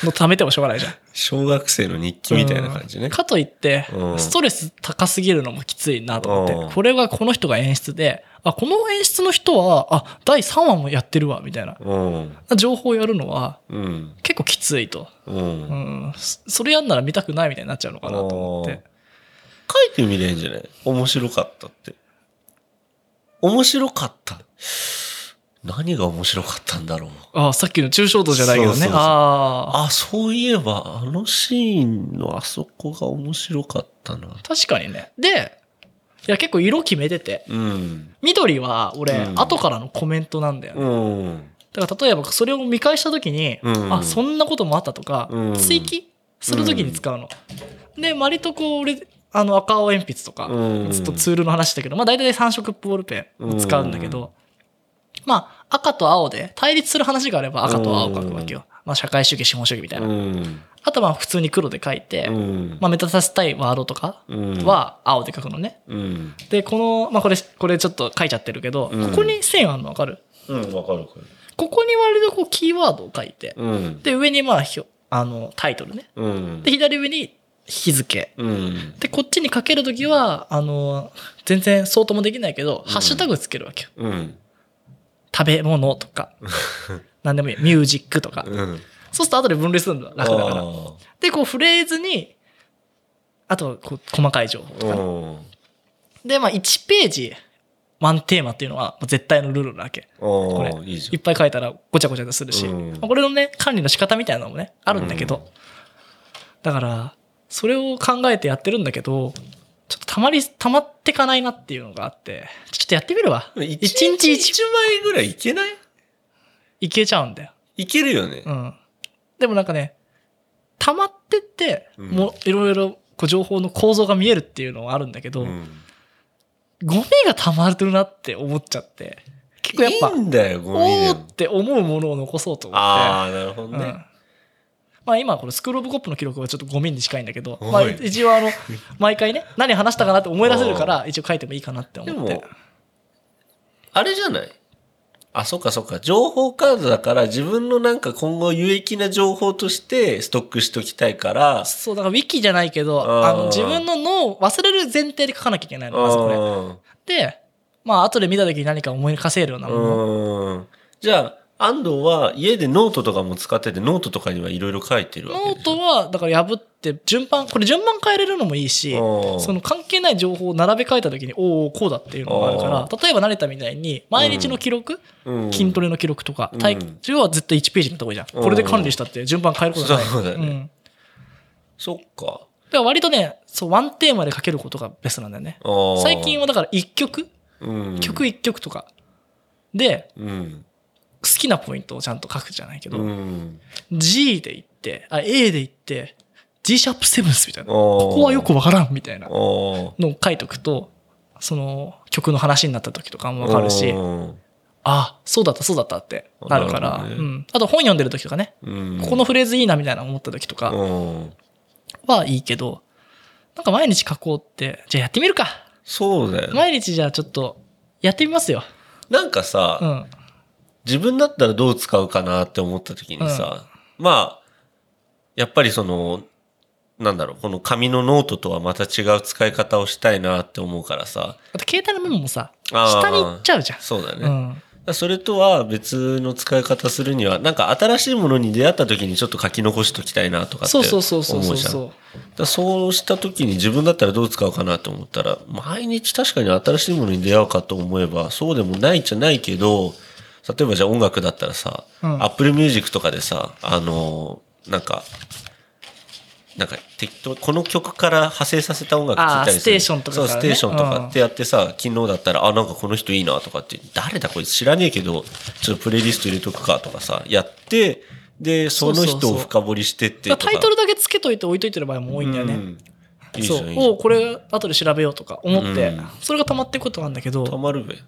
Speaker 2: の溜めてもしょうがないじゃん。
Speaker 1: 小学生の日記みたいな感 じね。
Speaker 2: かといって
Speaker 1: う、ん
Speaker 2: ストレス高すぎるのもきついなと思
Speaker 1: うん
Speaker 2: って、これはこの人が演出で、あ、この演出の人は、あ、第3話もやってるわ、みたいな。
Speaker 1: うん。
Speaker 2: 情報をやるのは、
Speaker 1: うん。
Speaker 2: 結構きついと。
Speaker 1: う。
Speaker 2: うんん、そそれやんなら見たくないみたいになっちゃうのかなと思って。
Speaker 1: 書いてみりゃいいんじゃない面白かったって。面白かった。何が面白かったんだろう。
Speaker 2: ああ、さっきの抽象度じゃないけどね。
Speaker 1: そうそうそう
Speaker 2: ああ、
Speaker 1: あ、そういえば、あのシーンのあそこが面白かったな。
Speaker 2: 確かにね。で、いや結構色決めてて、
Speaker 1: うん。
Speaker 2: 緑は俺、
Speaker 1: うん
Speaker 2: 後からのコメントなんだよね。
Speaker 1: うん。
Speaker 2: だから例えばそれを見返した時に、
Speaker 1: うん
Speaker 2: あ、そんなこともあったとか、
Speaker 1: うん
Speaker 2: 追記する時に使うの。で、割とこう俺、あの赤青鉛筆とか、
Speaker 1: うん
Speaker 2: ずっとツールの話だけど、まあ大体3色ボールペンを使うんだけど、まあ赤と青で対立する話があれば赤と青を書くわけよ。まあ社会主義、資本主義みたいな。
Speaker 1: うん。
Speaker 2: あとはまあ普通に黒で書いて、
Speaker 1: うん。
Speaker 2: まあ目立たせたいワードとか
Speaker 1: うん、
Speaker 2: は青で書くのね。
Speaker 1: うん。
Speaker 2: で、この、まあこれ、これちょっと書いちゃってるけど、
Speaker 1: うん
Speaker 2: ここに線あるのわかる
Speaker 1: うん、わかるこれ。
Speaker 2: ここに割とこうキーワードを書いて、
Speaker 1: うん。
Speaker 2: で、上にまあひょ、あの、タイトルね。
Speaker 1: うん
Speaker 2: で、。左上に日付。
Speaker 1: うん。
Speaker 2: で、こっちに書けるときは、あの、全然相当もできないけど、ハッシュタグつけるわけよ。
Speaker 1: うん。
Speaker 2: 食べ物 とか、何でもいい。ミュージックとか。
Speaker 1: うん。
Speaker 2: そうすると後で分類するの楽だから。
Speaker 1: あ
Speaker 2: で、こうフレーズに、あとこう細かい情報とかね、
Speaker 1: ー。うん。
Speaker 2: で、まあ1ページ、ワンテーマっていうのは絶対のルールなわけ。こ
Speaker 1: ああ、
Speaker 2: れ
Speaker 1: いいじ
Speaker 2: いっぱい書いたらごちゃごちゃするし、
Speaker 1: うん
Speaker 2: まあこれのね、管理の仕方みたいなのもね、あるんだけど、
Speaker 1: うん
Speaker 2: だから、それを考えてやってるんだけど、ちょっとたまり、たまってかないなっていうのがあって、ちょっとやってみるわ。
Speaker 1: ゃん。
Speaker 2: 一日一
Speaker 1: 枚ぐらいいけない
Speaker 2: いけちゃうんだよ。
Speaker 1: いけるよね
Speaker 2: う。ん。でもなんかね、溜まってって、
Speaker 1: うん
Speaker 2: もういろいろこう情報の構造が見えるっていうのはあるんだけど、
Speaker 1: うん
Speaker 2: ゴミが溜まってるなって思っちゃって、結構やっぱ、
Speaker 1: いいんだよ、ゴミ
Speaker 2: お
Speaker 1: でも
Speaker 2: ーっ。て思うものを残そうと思って。
Speaker 1: ああ、なるほど
Speaker 2: うん
Speaker 1: ね。
Speaker 2: まあ今これスクールオブコップの記録はちょっとゴミに近いんだけど、
Speaker 1: おい
Speaker 2: まあ一応あの、毎回ね、何話したかなって思い出せるから、一応書いてもいいかなって
Speaker 1: で
Speaker 2: 思って
Speaker 1: も。、あれじゃないあ、そっかそっか。情報カードだから自分のなんか今後有益な情報としてストックしときたいから。
Speaker 2: そう、だからウィキじゃないけど、
Speaker 1: あー
Speaker 2: あの自分の脳を忘れる前提で書かなきゃいけないの、まずこれ。
Speaker 1: うん。
Speaker 2: で、まあ後で見た時に何か思い出せるようなもの。
Speaker 1: うん。じゃあ、安藤は家でノートとかも使ってて、ノートとかにはいろいろ書いてるわけ
Speaker 2: ノ
Speaker 1: で
Speaker 2: ー
Speaker 1: しょ
Speaker 2: トは、だから破って、順番、これ順番変えれるのもいいし、
Speaker 1: あー
Speaker 2: その関係ない情報を並べ替えた時に、おーおー、こうだっていうのがあるから
Speaker 1: あ、
Speaker 2: 例えば慣れたみたいに、毎日の記録、
Speaker 1: うん
Speaker 2: 筋トレの記録とか
Speaker 1: う、ん
Speaker 2: 体重は絶対1ページのとこじゃん。
Speaker 1: うん
Speaker 2: これで管理したって順番変えることはない。
Speaker 1: そうだね
Speaker 2: ん
Speaker 1: そっか。
Speaker 2: だから割とね、そう、ワンテーマで書けることがベストなんだよね。
Speaker 1: あー
Speaker 2: 最近はだから1曲、
Speaker 1: うん、
Speaker 2: 曲1曲とか。で、
Speaker 1: うん。
Speaker 2: 好きなポイントをちゃんと書くじゃないけど、
Speaker 1: うん。
Speaker 2: G で行って、あ、A で行って、G シャープセブンスみたいな。
Speaker 1: こ
Speaker 2: ここはよくわからんみたいなの
Speaker 1: わ
Speaker 2: を書いとくと、その曲の話になった時とかもわかるし、あ、そうだった、そうだったってなるか
Speaker 1: な
Speaker 2: ら、
Speaker 1: るほどね
Speaker 2: うん。あと本読んでる時とかね、
Speaker 1: うん、
Speaker 2: ここのフレーズいいなみたいな思った時とか
Speaker 1: うん
Speaker 2: はいいけど、なんか毎日書こうって、じゃあやってみるか。
Speaker 1: そうだよね。
Speaker 2: 毎日じゃあちょっとやってみますよ。
Speaker 1: なんかさ、
Speaker 2: うん。
Speaker 1: 自分だったらどう使うかなって思った時にさ、まあ、やっぱりその、なんだろう、この紙のノートとはまた違う使い方をしたいなって思うからさ、
Speaker 2: あと携帯のメモもさ、
Speaker 1: あー
Speaker 2: 下に行っちゃうじゃん。
Speaker 1: そうだよね。
Speaker 2: う
Speaker 1: だか
Speaker 2: ん。
Speaker 1: らそれとは別の使い方するには、なんか新しいものに出会った時にちょっと書き残しときたいなとかって
Speaker 2: そ
Speaker 1: 思うじ
Speaker 2: う
Speaker 1: ゃ
Speaker 2: そ
Speaker 1: ん。
Speaker 2: うそうそうそうそう。
Speaker 1: だからそうした時に自分だったらどう使うかなと思ったら、毎日確かに新しいものに出会うかと思えば、そうでもないじゃないけど、例えばじゃあ音楽だったらさ、
Speaker 2: うん
Speaker 1: アップルミュージックとかでさ、あのーなんか、なんか適当、この曲から派生させた音楽聴いたりする。
Speaker 2: あーステーションとかからね
Speaker 1: そう、ステーションとかってやってさ、昨日だったら、あ、なんかこの人いいなとかって、誰だこいつ知らねえけど、ちょっとプレイリスト入れとくかとかさ、やって、で、その
Speaker 2: そうそう
Speaker 1: 人
Speaker 2: そ
Speaker 1: を
Speaker 2: う
Speaker 1: 深掘りしてって
Speaker 2: だ
Speaker 1: と
Speaker 2: か
Speaker 1: から
Speaker 2: タイトルだけつけといて置いといてる場合も多いんだよね。
Speaker 1: うん。いいじゃ
Speaker 2: そ
Speaker 1: ん
Speaker 2: う
Speaker 1: いい。じゃん
Speaker 2: おうこれ後で調べようとか思って、
Speaker 1: うん
Speaker 2: それが溜まっていくことなんだけど、
Speaker 1: た
Speaker 2: 確か
Speaker 1: まるべ。
Speaker 2: に。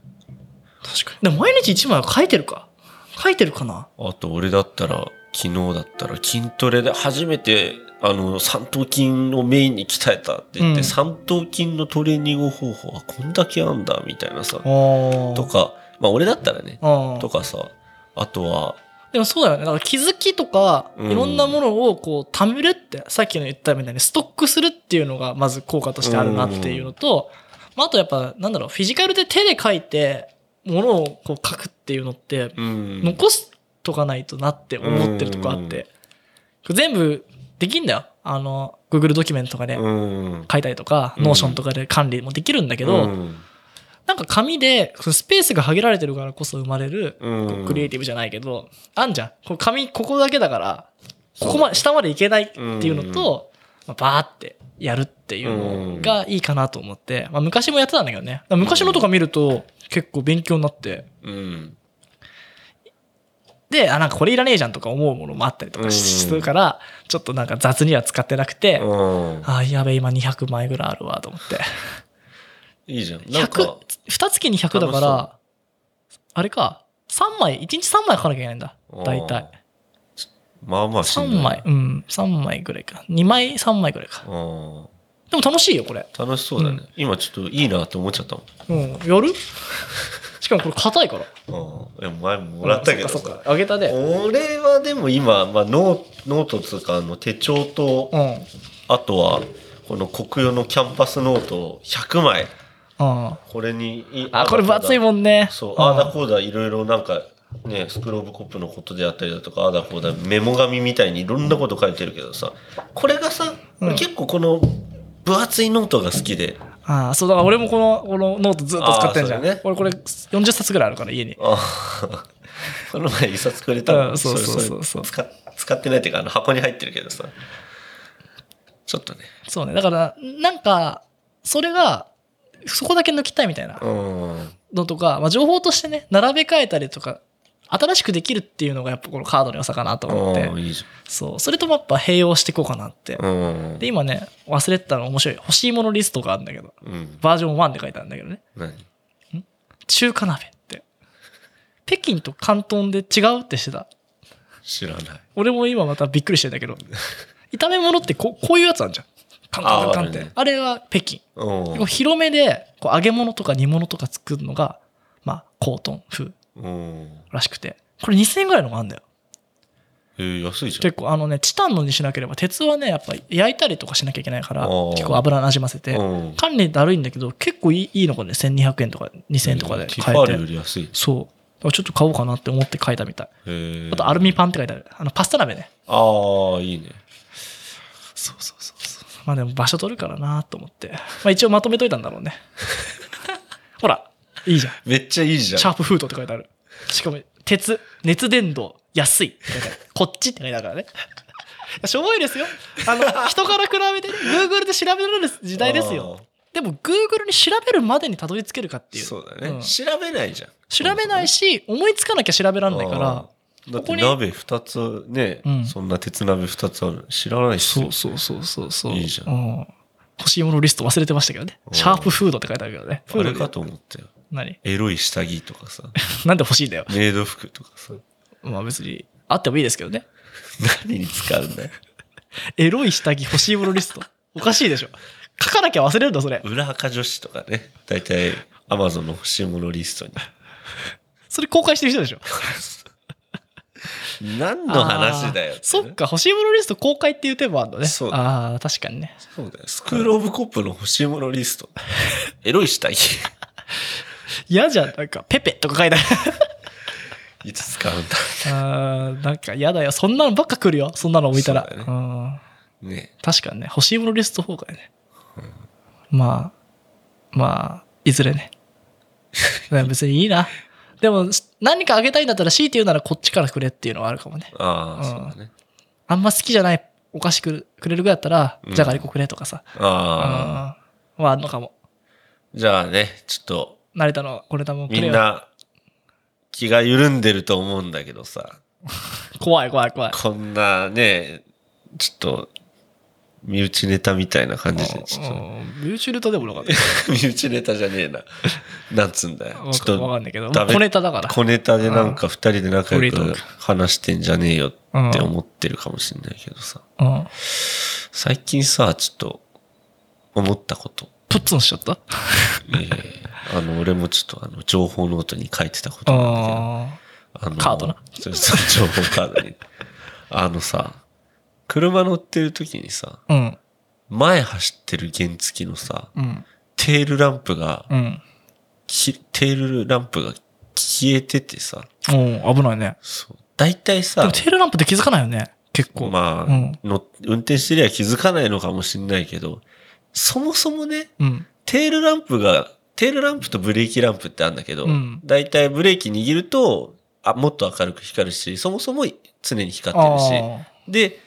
Speaker 2: でも毎日1枚は書いてるか書いてるかな
Speaker 1: あと俺だったら、昨日だったら筋トレで初めて、あの、三頭筋をメインに鍛えたって言って、
Speaker 2: うん
Speaker 1: 三頭筋のトレーニング方法はこんだけあんだ、みたいなさ。
Speaker 2: お
Speaker 1: とか、まあ俺だったらね、
Speaker 2: あ
Speaker 1: とかさ、あとは、
Speaker 2: でもそうだよね。だから気づきとか、
Speaker 1: うん
Speaker 2: いろんなものをこう、貯めるって、さっきの言ったみたいにストックするっていうのがまず効果としてあるなっていうのと、まあ、あとやっぱ、なんだろう、フィジカルで手で書いて、ものをこう書くっていうのって、
Speaker 1: うん。
Speaker 2: 残すとかないとなって思ってるとこあって、全部できんだよ。あの、Google ドキュメントとかで
Speaker 1: うん。
Speaker 2: 書いたりとか、
Speaker 1: うん
Speaker 2: Notion とかで管理もできるんだけど、
Speaker 1: うん
Speaker 2: なんか紙で、そのスペースが限られてるからこそ生まれる、
Speaker 1: うん
Speaker 2: クリエイティブじゃないけど、あんじゃん。こう紙、ここだけだから、ここまで、下までいけないっていうのと、まあ、バーってやるっていうのがいいかなと思って、まあ、昔もやってたんだけどね。だから昔のとか見ると、結構勉強になって、
Speaker 1: うん。
Speaker 2: で、あ、なんかこれいらねえじゃんとか思うものもあったりとかし
Speaker 1: うん
Speaker 2: するから、ちょっとなんか雑には使ってなくて、
Speaker 1: うん
Speaker 2: あ、やべえ、今200枚ぐらいあるわ、と思って。
Speaker 1: いいじゃん。なん
Speaker 2: 100
Speaker 1: か、、
Speaker 2: 二月に100だか
Speaker 1: 楽
Speaker 2: ら、あれか、3枚、1日3枚書かなきゃいけないんだ。大体。
Speaker 1: まあまあしんどい
Speaker 2: 3枚、。うん、3枚ぐらいか。2枚、3枚ぐらいか。
Speaker 1: うん。
Speaker 2: でも楽しいよ、これ。
Speaker 1: 楽しそうだ
Speaker 2: う
Speaker 1: ね。今ちょっといいなって思っちゃったもん。
Speaker 2: うん、や るしかもこれ硬いから。
Speaker 1: うん、え前もらったけど
Speaker 2: そっかそっ
Speaker 1: さ
Speaker 2: か、あげたで。
Speaker 1: 俺はでも今、まあ、ノーノートつうかあの手帳と、
Speaker 2: うん。うん。
Speaker 1: あとはこの国用のキャンパスノートを100枚
Speaker 2: あ、
Speaker 1: これにい
Speaker 2: これ分厚いもんね。
Speaker 1: そうああだ
Speaker 2: こ
Speaker 1: こうだいろいろなんかねスクローブコップのことであったりだとかああだこうだメモ紙みたいにいろんなこと書いてるけどさこれがさ、
Speaker 2: うん
Speaker 1: 俺結構この分厚いノートが好きで
Speaker 2: ああ、そう、だから俺もこの、このノートずっと使ってんじゃん。
Speaker 1: あーそうだね
Speaker 2: 俺これ40冊ぐらいあるから、家に。
Speaker 1: ああこの前一冊くれたの、
Speaker 2: うんそうそうそうそう
Speaker 1: れれ使使ってないっていうかあの箱に入ってるけどさちょっとね
Speaker 2: そうね。だから、なんか、それが、そこだけ抜きたいみたいな
Speaker 1: うん
Speaker 2: のとか、まあ、情報としてね、並べ替えたりとか、新しくできるっていうのがやっぱこのカードの良さかなと思って
Speaker 1: う。んいいじ
Speaker 2: そう。それともやっぱ併用していこうかなって。
Speaker 1: ゃんうん
Speaker 2: で、今ね、忘れてたの面白い。欲しいものリストがあるんだけど、
Speaker 1: うん
Speaker 2: バージョン1って書いてあるんだけどね。
Speaker 1: 何
Speaker 2: 中華鍋って。北京と広東で違うってしてた。
Speaker 1: 知らない
Speaker 2: 俺も今またびっくりしてんだけど。炒め物ってこうこういうやつあるじゃん。カンカンカンカンっ
Speaker 1: あ
Speaker 2: て。
Speaker 1: あ
Speaker 2: あ
Speaker 1: るね
Speaker 2: れは北京。
Speaker 1: うん
Speaker 2: こう広めでこう揚げ物とか煮物とか作るのが、まあ、広東風
Speaker 1: うん
Speaker 2: らしくて。これ2000円ぐらいのがあるんだよ。
Speaker 1: えー安いじゃん
Speaker 2: 結構あのね、チタンのにしなければ、鉄はね、やっぱ焼いたりとかしなきゃいけないから、
Speaker 1: ああ
Speaker 2: 結構油なじませて。
Speaker 1: うん
Speaker 2: 管理だるいんだけど、結構いいいいのがね、1200円とか2000円とかで
Speaker 1: ティ
Speaker 2: 買
Speaker 1: ファー
Speaker 2: え
Speaker 1: ルよ
Speaker 2: て。
Speaker 1: り安い
Speaker 2: そう。あちょっと買おうかなって思って書いたみたい。
Speaker 1: へえ
Speaker 2: あとアルミパンって書いてある。あの、パスタ鍋ね。
Speaker 1: ああ、いいね。
Speaker 2: そうそうそうそう。まあでも場所取るからなと思って。まあ一応まとめといたんだろうね。 ほら、いいじゃん。
Speaker 1: めっちゃいいじゃん。
Speaker 2: シャープフードって書いてある。しかも、鉄、熱伝導、安いって書いてある。こっちって書いてあるからね。しょぼいですよ。あの、人から比べて、ね、Google で調べられる時代ですよ。でも、Google に調べるまでにたどり着けるかっ
Speaker 1: あ
Speaker 2: て
Speaker 1: ー。
Speaker 2: いう。
Speaker 1: そうだね、
Speaker 2: ん
Speaker 1: 調べないじゃん。
Speaker 2: 調べないし、思いつかなきゃ調べらんないから。
Speaker 1: あー。だっ
Speaker 2: ここ
Speaker 1: て
Speaker 2: に
Speaker 1: 鍋二つね、
Speaker 2: うん
Speaker 1: そんな鉄鍋二つあるの知らないっすよ
Speaker 2: そうそうそうそう
Speaker 1: いいじゃん
Speaker 2: ん。欲しいものリスト忘れてましたけどね。
Speaker 1: うん
Speaker 2: シャープフードって書いてあるけどね。フー
Speaker 1: あ
Speaker 2: ド
Speaker 1: れ
Speaker 2: で
Speaker 1: かと思ったよ。
Speaker 2: 何
Speaker 1: エロい下着とかさ、
Speaker 2: なんで欲しいんだよ。
Speaker 1: メイド服とかさ、
Speaker 2: まあ別に、あってもいいですけどね。
Speaker 1: 何に使うんだよ。
Speaker 2: エロい下着欲しいものリスト。おかしいでしょ。書かなきゃ忘れるんだ、それ。
Speaker 1: 裏垢女子とかね、大体アマゾンの欲しいものリスト
Speaker 2: それ公開してる人でしょ。
Speaker 1: に。何の話だよて
Speaker 2: あー
Speaker 1: ね
Speaker 2: そっ。か、欲しいものリスト公開っていう手もあるのね。
Speaker 1: そうだ
Speaker 2: ああ、確かにね。
Speaker 1: そうだよ。スクールオブコップの欲しいものリスト。エロい下着。
Speaker 2: 嫌じゃん。なんか、ペペとか書いてある。
Speaker 1: いつ使うんだ。
Speaker 2: あーなんか嫌だよ。そんなのばっか来るよ。そんなの置いたら。
Speaker 1: そうだよね
Speaker 2: うん
Speaker 1: ね
Speaker 2: 確かにね、欲しいものリスト崩壊ね。まあ、まあ、いずれね。 いや別にいいな。でも、し何かあげたいんだったら、強いて言うならこっちからくれっていうのはあるかもね。
Speaker 1: ああ、
Speaker 2: うん
Speaker 1: そうだね。
Speaker 2: あんま好きじゃないお菓子くるくれるぐらいだったら、
Speaker 1: うん
Speaker 2: じゃがりこくれとかさ。
Speaker 1: ああ。
Speaker 2: うんはあるのかも。
Speaker 1: じゃあね、ちょっと、
Speaker 2: 成田のこれだもんく
Speaker 1: み
Speaker 2: れ
Speaker 1: ん
Speaker 2: よ。
Speaker 1: な、気が緩んでると思うんだけどさ、
Speaker 2: 怖い怖い怖い。
Speaker 1: こんなね、ちょっと、身内ネタみたいな感じで、ちょっと、
Speaker 2: うん、ユーチュールとでもなかった。
Speaker 1: 身内ネタじゃねえな。なんつうんだよ。
Speaker 2: わ
Speaker 1: ちょっ
Speaker 2: かわか
Speaker 1: と
Speaker 2: んないけど、
Speaker 1: ダメ
Speaker 2: 小ネタだから。
Speaker 1: 小ネタでなんか二人で仲良
Speaker 2: フリー
Speaker 1: く
Speaker 2: トー
Speaker 1: 話してんじゃねえよって
Speaker 2: うん
Speaker 1: 思ってるかもしれないけどさ。
Speaker 2: うん。
Speaker 1: 最近さ、ちょっと、思った こと。
Speaker 2: プッツンしちゃった
Speaker 1: いやいやいやあの、俺もちょっと、あの、情報ノートに書いてたことなんだけど。
Speaker 2: あ
Speaker 1: あの
Speaker 2: カードな。
Speaker 1: そうそう情報カードに。あのさ、車乗ってる時にさ、
Speaker 2: あ。うん。
Speaker 1: 前走ってる原付きのさ、
Speaker 2: うん。
Speaker 1: テールランプが、
Speaker 2: うん。
Speaker 1: きテールランプが消えててさ、
Speaker 2: うん、危ないね。
Speaker 1: そう。大体
Speaker 2: で
Speaker 1: さ
Speaker 2: も、テールランプって気づかないよね。結構。
Speaker 1: まあ、
Speaker 2: うん
Speaker 1: の、運転してりゃ気づかないのかもしんないけど、そもそもね、
Speaker 2: うん。
Speaker 1: テールランプが、テールランプとブレーキランプってあるんだけど、
Speaker 2: うん
Speaker 1: だいたいブレーキ握ると、あ、もっと明るく光るし、そもそも常に光ってるし、
Speaker 2: あ
Speaker 1: で、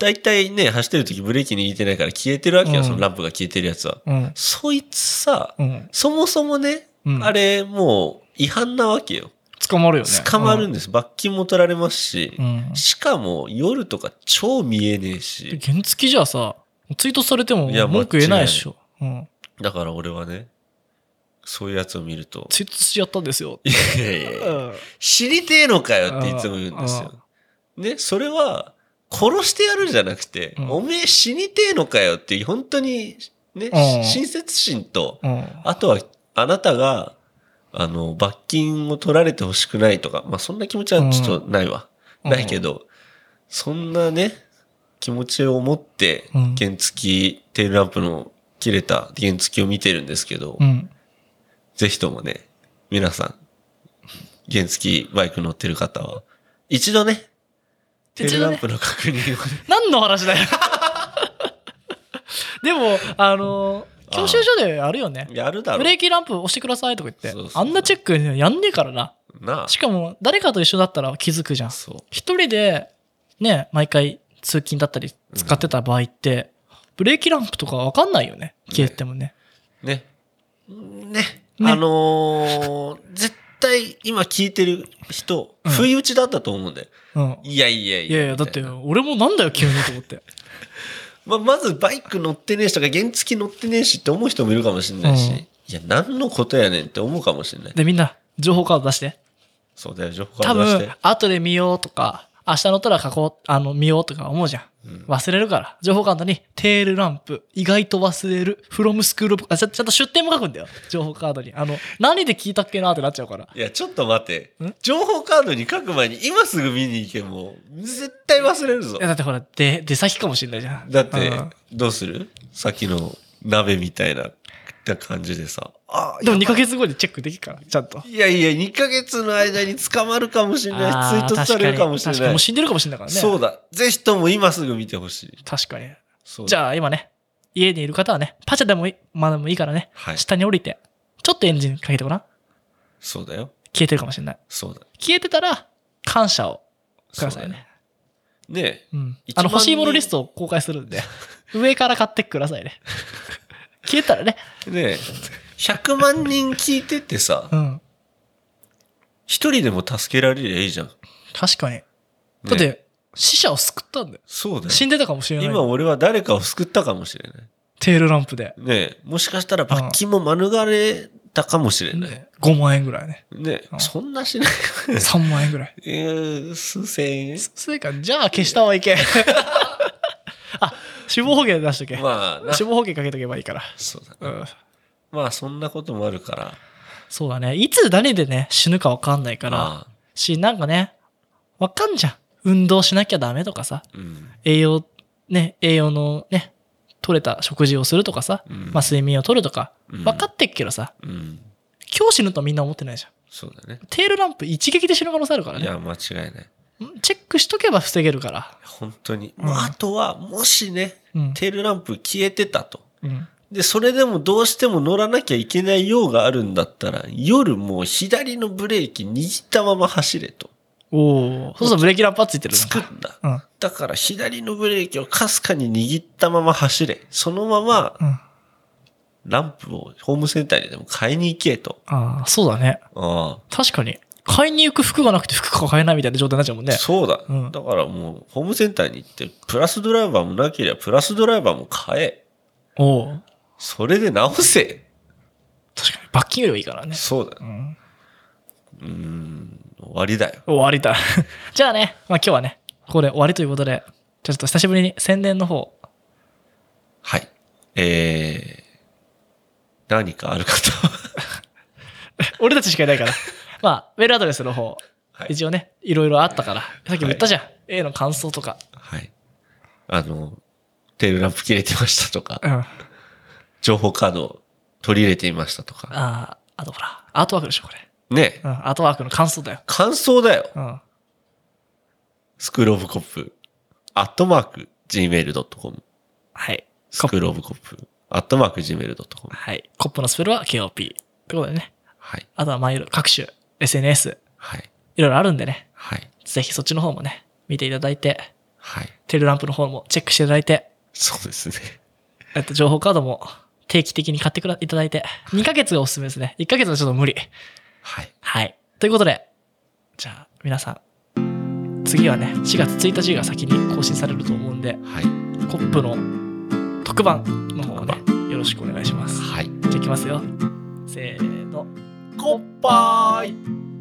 Speaker 1: 大体ね、走ってる時ブレーキ握ってないから消えてるわけよ、
Speaker 2: うん
Speaker 1: そのランプが消えてるやつは。
Speaker 2: ーうん。
Speaker 1: そいつさ、
Speaker 2: うん。
Speaker 1: そもそもね、
Speaker 2: うん
Speaker 1: あれもう違反なわけよ。
Speaker 2: 捕まるよね。
Speaker 1: 捕まるんです。罰金も取られますし
Speaker 2: う、ん。
Speaker 1: しかも夜とか超見えねえ
Speaker 2: で
Speaker 1: し、
Speaker 2: 原付じゃさ、ツイートされても
Speaker 1: いや
Speaker 2: 文句言えないでしょ。うん。
Speaker 1: だから俺はね、そういうやつを見る と、
Speaker 2: ツイートしちゃったんですよ。
Speaker 1: いやいや
Speaker 2: う
Speaker 1: いや
Speaker 2: ん。
Speaker 1: 知りてえのかよっていつも言うんですよ。ね、それは、殺してやるじゃなくて、
Speaker 2: うん
Speaker 1: おめえ死にてえのかよっていう、本当に、ね、
Speaker 2: うん
Speaker 1: 親切心と、
Speaker 2: うん。
Speaker 1: あとは、あなたが、あの、罰金を取られてほしくないとか、まあ、そんな気持ちはちょっとないわ。
Speaker 2: うん
Speaker 1: ないけど、そんなね、気持ちを持って
Speaker 2: うん、
Speaker 1: 原付き、テールランプの切れた原付きを見てるんですけど、
Speaker 2: うん。
Speaker 1: ぜひともね、皆さん、原付きバイク乗ってる方は、一度ね、テールランプの確認をね。
Speaker 2: 何の話だよ。 でも、あの、教習所であるよね。
Speaker 1: やるだろ
Speaker 2: ブレーキランプ押してくださいとか言って
Speaker 1: そうそう。そう
Speaker 2: あんなチェックやんねえからな。
Speaker 1: な
Speaker 2: しかも、誰かと一緒だったら気づくじゃん
Speaker 1: あ。。そ
Speaker 2: 一人でね毎回通勤だったり使ってた場合って、ブレーキランプとかわかんないよね消えてもね
Speaker 1: う。ね。ね。
Speaker 2: ね
Speaker 1: あのー、絶対今聞いてる人、
Speaker 2: うん
Speaker 1: 不意打ちだったと思うんだよ。
Speaker 2: うん
Speaker 1: いやいやい
Speaker 2: い
Speaker 1: や。
Speaker 2: やいやだっ
Speaker 1: みた
Speaker 2: て
Speaker 1: な
Speaker 2: 俺もなんだよ急にと思って
Speaker 1: まあ、まずバイク乗ってねえしとか、原付き乗ってねえしって思う人もいるかもしれないし、
Speaker 2: うん
Speaker 1: いや、何のことやねんって思うかもしれない。
Speaker 2: でみんな情報カード出して
Speaker 1: そうだよ、情報か
Speaker 2: 多
Speaker 1: ら出して
Speaker 2: 分。後で見ようとか明日乗ったら書こうあの見ようとか思うじゃん
Speaker 1: うん
Speaker 2: 忘れるから情報カードにテールランプ意外と忘れるフロムスクールあちゃちゃんと出典も書くんだよ情報カードにあの何で聞いたっけなってなっちゃうから
Speaker 1: いや、ちょっと待って
Speaker 2: ん。
Speaker 1: 情報カードに書く前に今すぐ見に行けも、絶対忘れるぞ
Speaker 2: いや。だってほら出出先かもしれないじゃん
Speaker 1: だって
Speaker 2: うん、
Speaker 1: どうするさっきの鍋みたいなた感じでさ、あ
Speaker 2: でも2ヶ月後にチェックできるから、ちゃんと。
Speaker 1: いやいや、2ヶ月の間に捕まるかもしれない。追突されるかもしれ
Speaker 2: 確かに確かに
Speaker 1: な
Speaker 2: も
Speaker 1: い。
Speaker 2: う死んでるかもしれないからね。
Speaker 1: そうだ。ぜひとも今すぐ見てほしい。
Speaker 2: 確かに。
Speaker 1: そうだ
Speaker 2: じゃあ今ね、家にいる方はね、パチャでもいい、まあでもいいからね、
Speaker 1: はい。
Speaker 2: 下に降りて、ちょっとエンジンかけてごらん。
Speaker 1: そうだよ。
Speaker 2: 消えてるかもしれない。
Speaker 1: そうだ。
Speaker 2: 消えてたら、感謝をください
Speaker 1: そうだ
Speaker 2: ね。
Speaker 1: ねえ
Speaker 2: うん。
Speaker 1: 一
Speaker 2: あ
Speaker 1: 番
Speaker 2: の、欲しいものリストを公開する んで、上から買ってくださいね。消えたらね、
Speaker 1: ねえ、100万人聞いてってさ
Speaker 2: う、ん。
Speaker 1: 一人でも助けられりゃいいじゃん。
Speaker 2: 確かに。
Speaker 1: ね
Speaker 2: だって、死者を救ったんだよ。
Speaker 1: そうだよ。
Speaker 2: 死んでたかもしれない。
Speaker 1: 今俺は誰かを救ったかもしれない。
Speaker 2: テールランプで。
Speaker 1: ねえ、もしかしたら罰金も免れたかもしれない。
Speaker 2: ね5万円ぐらいね。
Speaker 1: ね
Speaker 2: う
Speaker 1: え、
Speaker 2: ん
Speaker 1: そんな しない。
Speaker 2: 3万円ぐらい。
Speaker 1: えー、数千円
Speaker 2: それか、じゃあ消した方がいいけ。 あ、死亡保険出しとけ。
Speaker 1: まあな、
Speaker 2: 死亡保険かけとけばいいから。
Speaker 1: そうだ。
Speaker 2: うん。
Speaker 1: まあそんなこともあるから。
Speaker 2: そうだね。いつ誰でね、死ぬかわかんないから。
Speaker 1: まあ
Speaker 2: し、なんかね、わかんじゃん。運動しなきゃダメとかさ。
Speaker 1: うん。
Speaker 2: 栄養、ね、栄養のね、取れた食事をするとかさ。
Speaker 1: うん
Speaker 2: まあ、睡眠を取るとか。
Speaker 1: うん
Speaker 2: 分かってっけどさ。
Speaker 1: うん。
Speaker 2: 今日死ぬとはみんな思ってないじゃん。
Speaker 1: そうだね。
Speaker 2: テールランプ一撃で死ぬ可能性あるから
Speaker 1: い
Speaker 2: ね。
Speaker 1: や、間違いない。
Speaker 2: んチェックしとけば防げるから。
Speaker 1: 本当に。
Speaker 2: うん
Speaker 1: まああとは、もしね、
Speaker 2: うん。
Speaker 1: テールランプ消えてたと。
Speaker 2: うん
Speaker 1: で、それでもどうしても乗らなきゃいけない用があるんだったら、夜もう左のブレーキ握ったまま走れと。
Speaker 2: おお。そうするとブレーキランパーついてるのか
Speaker 1: 作った。
Speaker 2: うん。
Speaker 1: だから左のブレーキをかすかに握ったまま走れ。そのまま
Speaker 2: うん。あ
Speaker 1: ランプをホームセンターにでも買いに行けと。
Speaker 2: あ、そうだね。
Speaker 1: あ
Speaker 2: 確かに。買いに行く服がなくて服が買えないみたいな状態になっちゃうもん
Speaker 1: あ
Speaker 2: ね。
Speaker 1: そうだ、
Speaker 2: うん
Speaker 1: だからもうホームセンターに行って、プラスドライバーもなければプラスドライバーも買え。
Speaker 2: おお。
Speaker 1: それで直せ。
Speaker 2: 確かに。罰金よりはいいからね。
Speaker 1: そうだ
Speaker 2: う。ん。
Speaker 1: うーん、終わりだよ。
Speaker 2: 終わりだ。 じゃあね、まあ今日はね、ここで終わりということで、じゃあちょっと久しぶりに宣伝の方。
Speaker 1: はい。えー、何かある方は、
Speaker 2: 俺たちしかいない から。まあ、メールアドレスの方。
Speaker 1: はい
Speaker 2: 一応ね、いろいろあったから。さっきも言ったじゃん。A の感想とか。
Speaker 1: はい。あの、テールランプ切れてましたとか
Speaker 2: う、ん。あ
Speaker 1: 情報カードを取り入れていましたとか。
Speaker 2: あ、あとほら、アートワークでしょ、これ。
Speaker 1: ね
Speaker 2: うん、アートワークの感想だよ。
Speaker 1: 感想だよ。
Speaker 2: うん。
Speaker 1: スクールオブコップ。アットマーク、gmail.com。
Speaker 2: はい。
Speaker 1: スクールオブコップ。アットマーク、gmail.com。
Speaker 2: はい。コップのスペルは KOP。ってことでね。
Speaker 1: はい。
Speaker 2: あとはまあいろいろ各種、SNS、
Speaker 1: はい。
Speaker 2: いろいろあるんでね。
Speaker 1: はい。
Speaker 2: ぜひそっちの方もね、見ていただいて、
Speaker 1: はい。
Speaker 2: テレランプの方もチェックしていただいて、
Speaker 1: そうですね。
Speaker 2: えっと、情報カードも定期的に買ってくらいただいて、2ヶ月がおすすめですね。1ヶ月はちょっと無理。
Speaker 1: はい。
Speaker 2: はい。ということで、じゃあ皆さん、次はね、4月1日が先に更新されると思うんで、
Speaker 1: はい。
Speaker 2: コップの特番の方をね、よろしくお願いします。
Speaker 1: はい。
Speaker 2: じゃあいきますよ。せーの。
Speaker 1: コッパーイ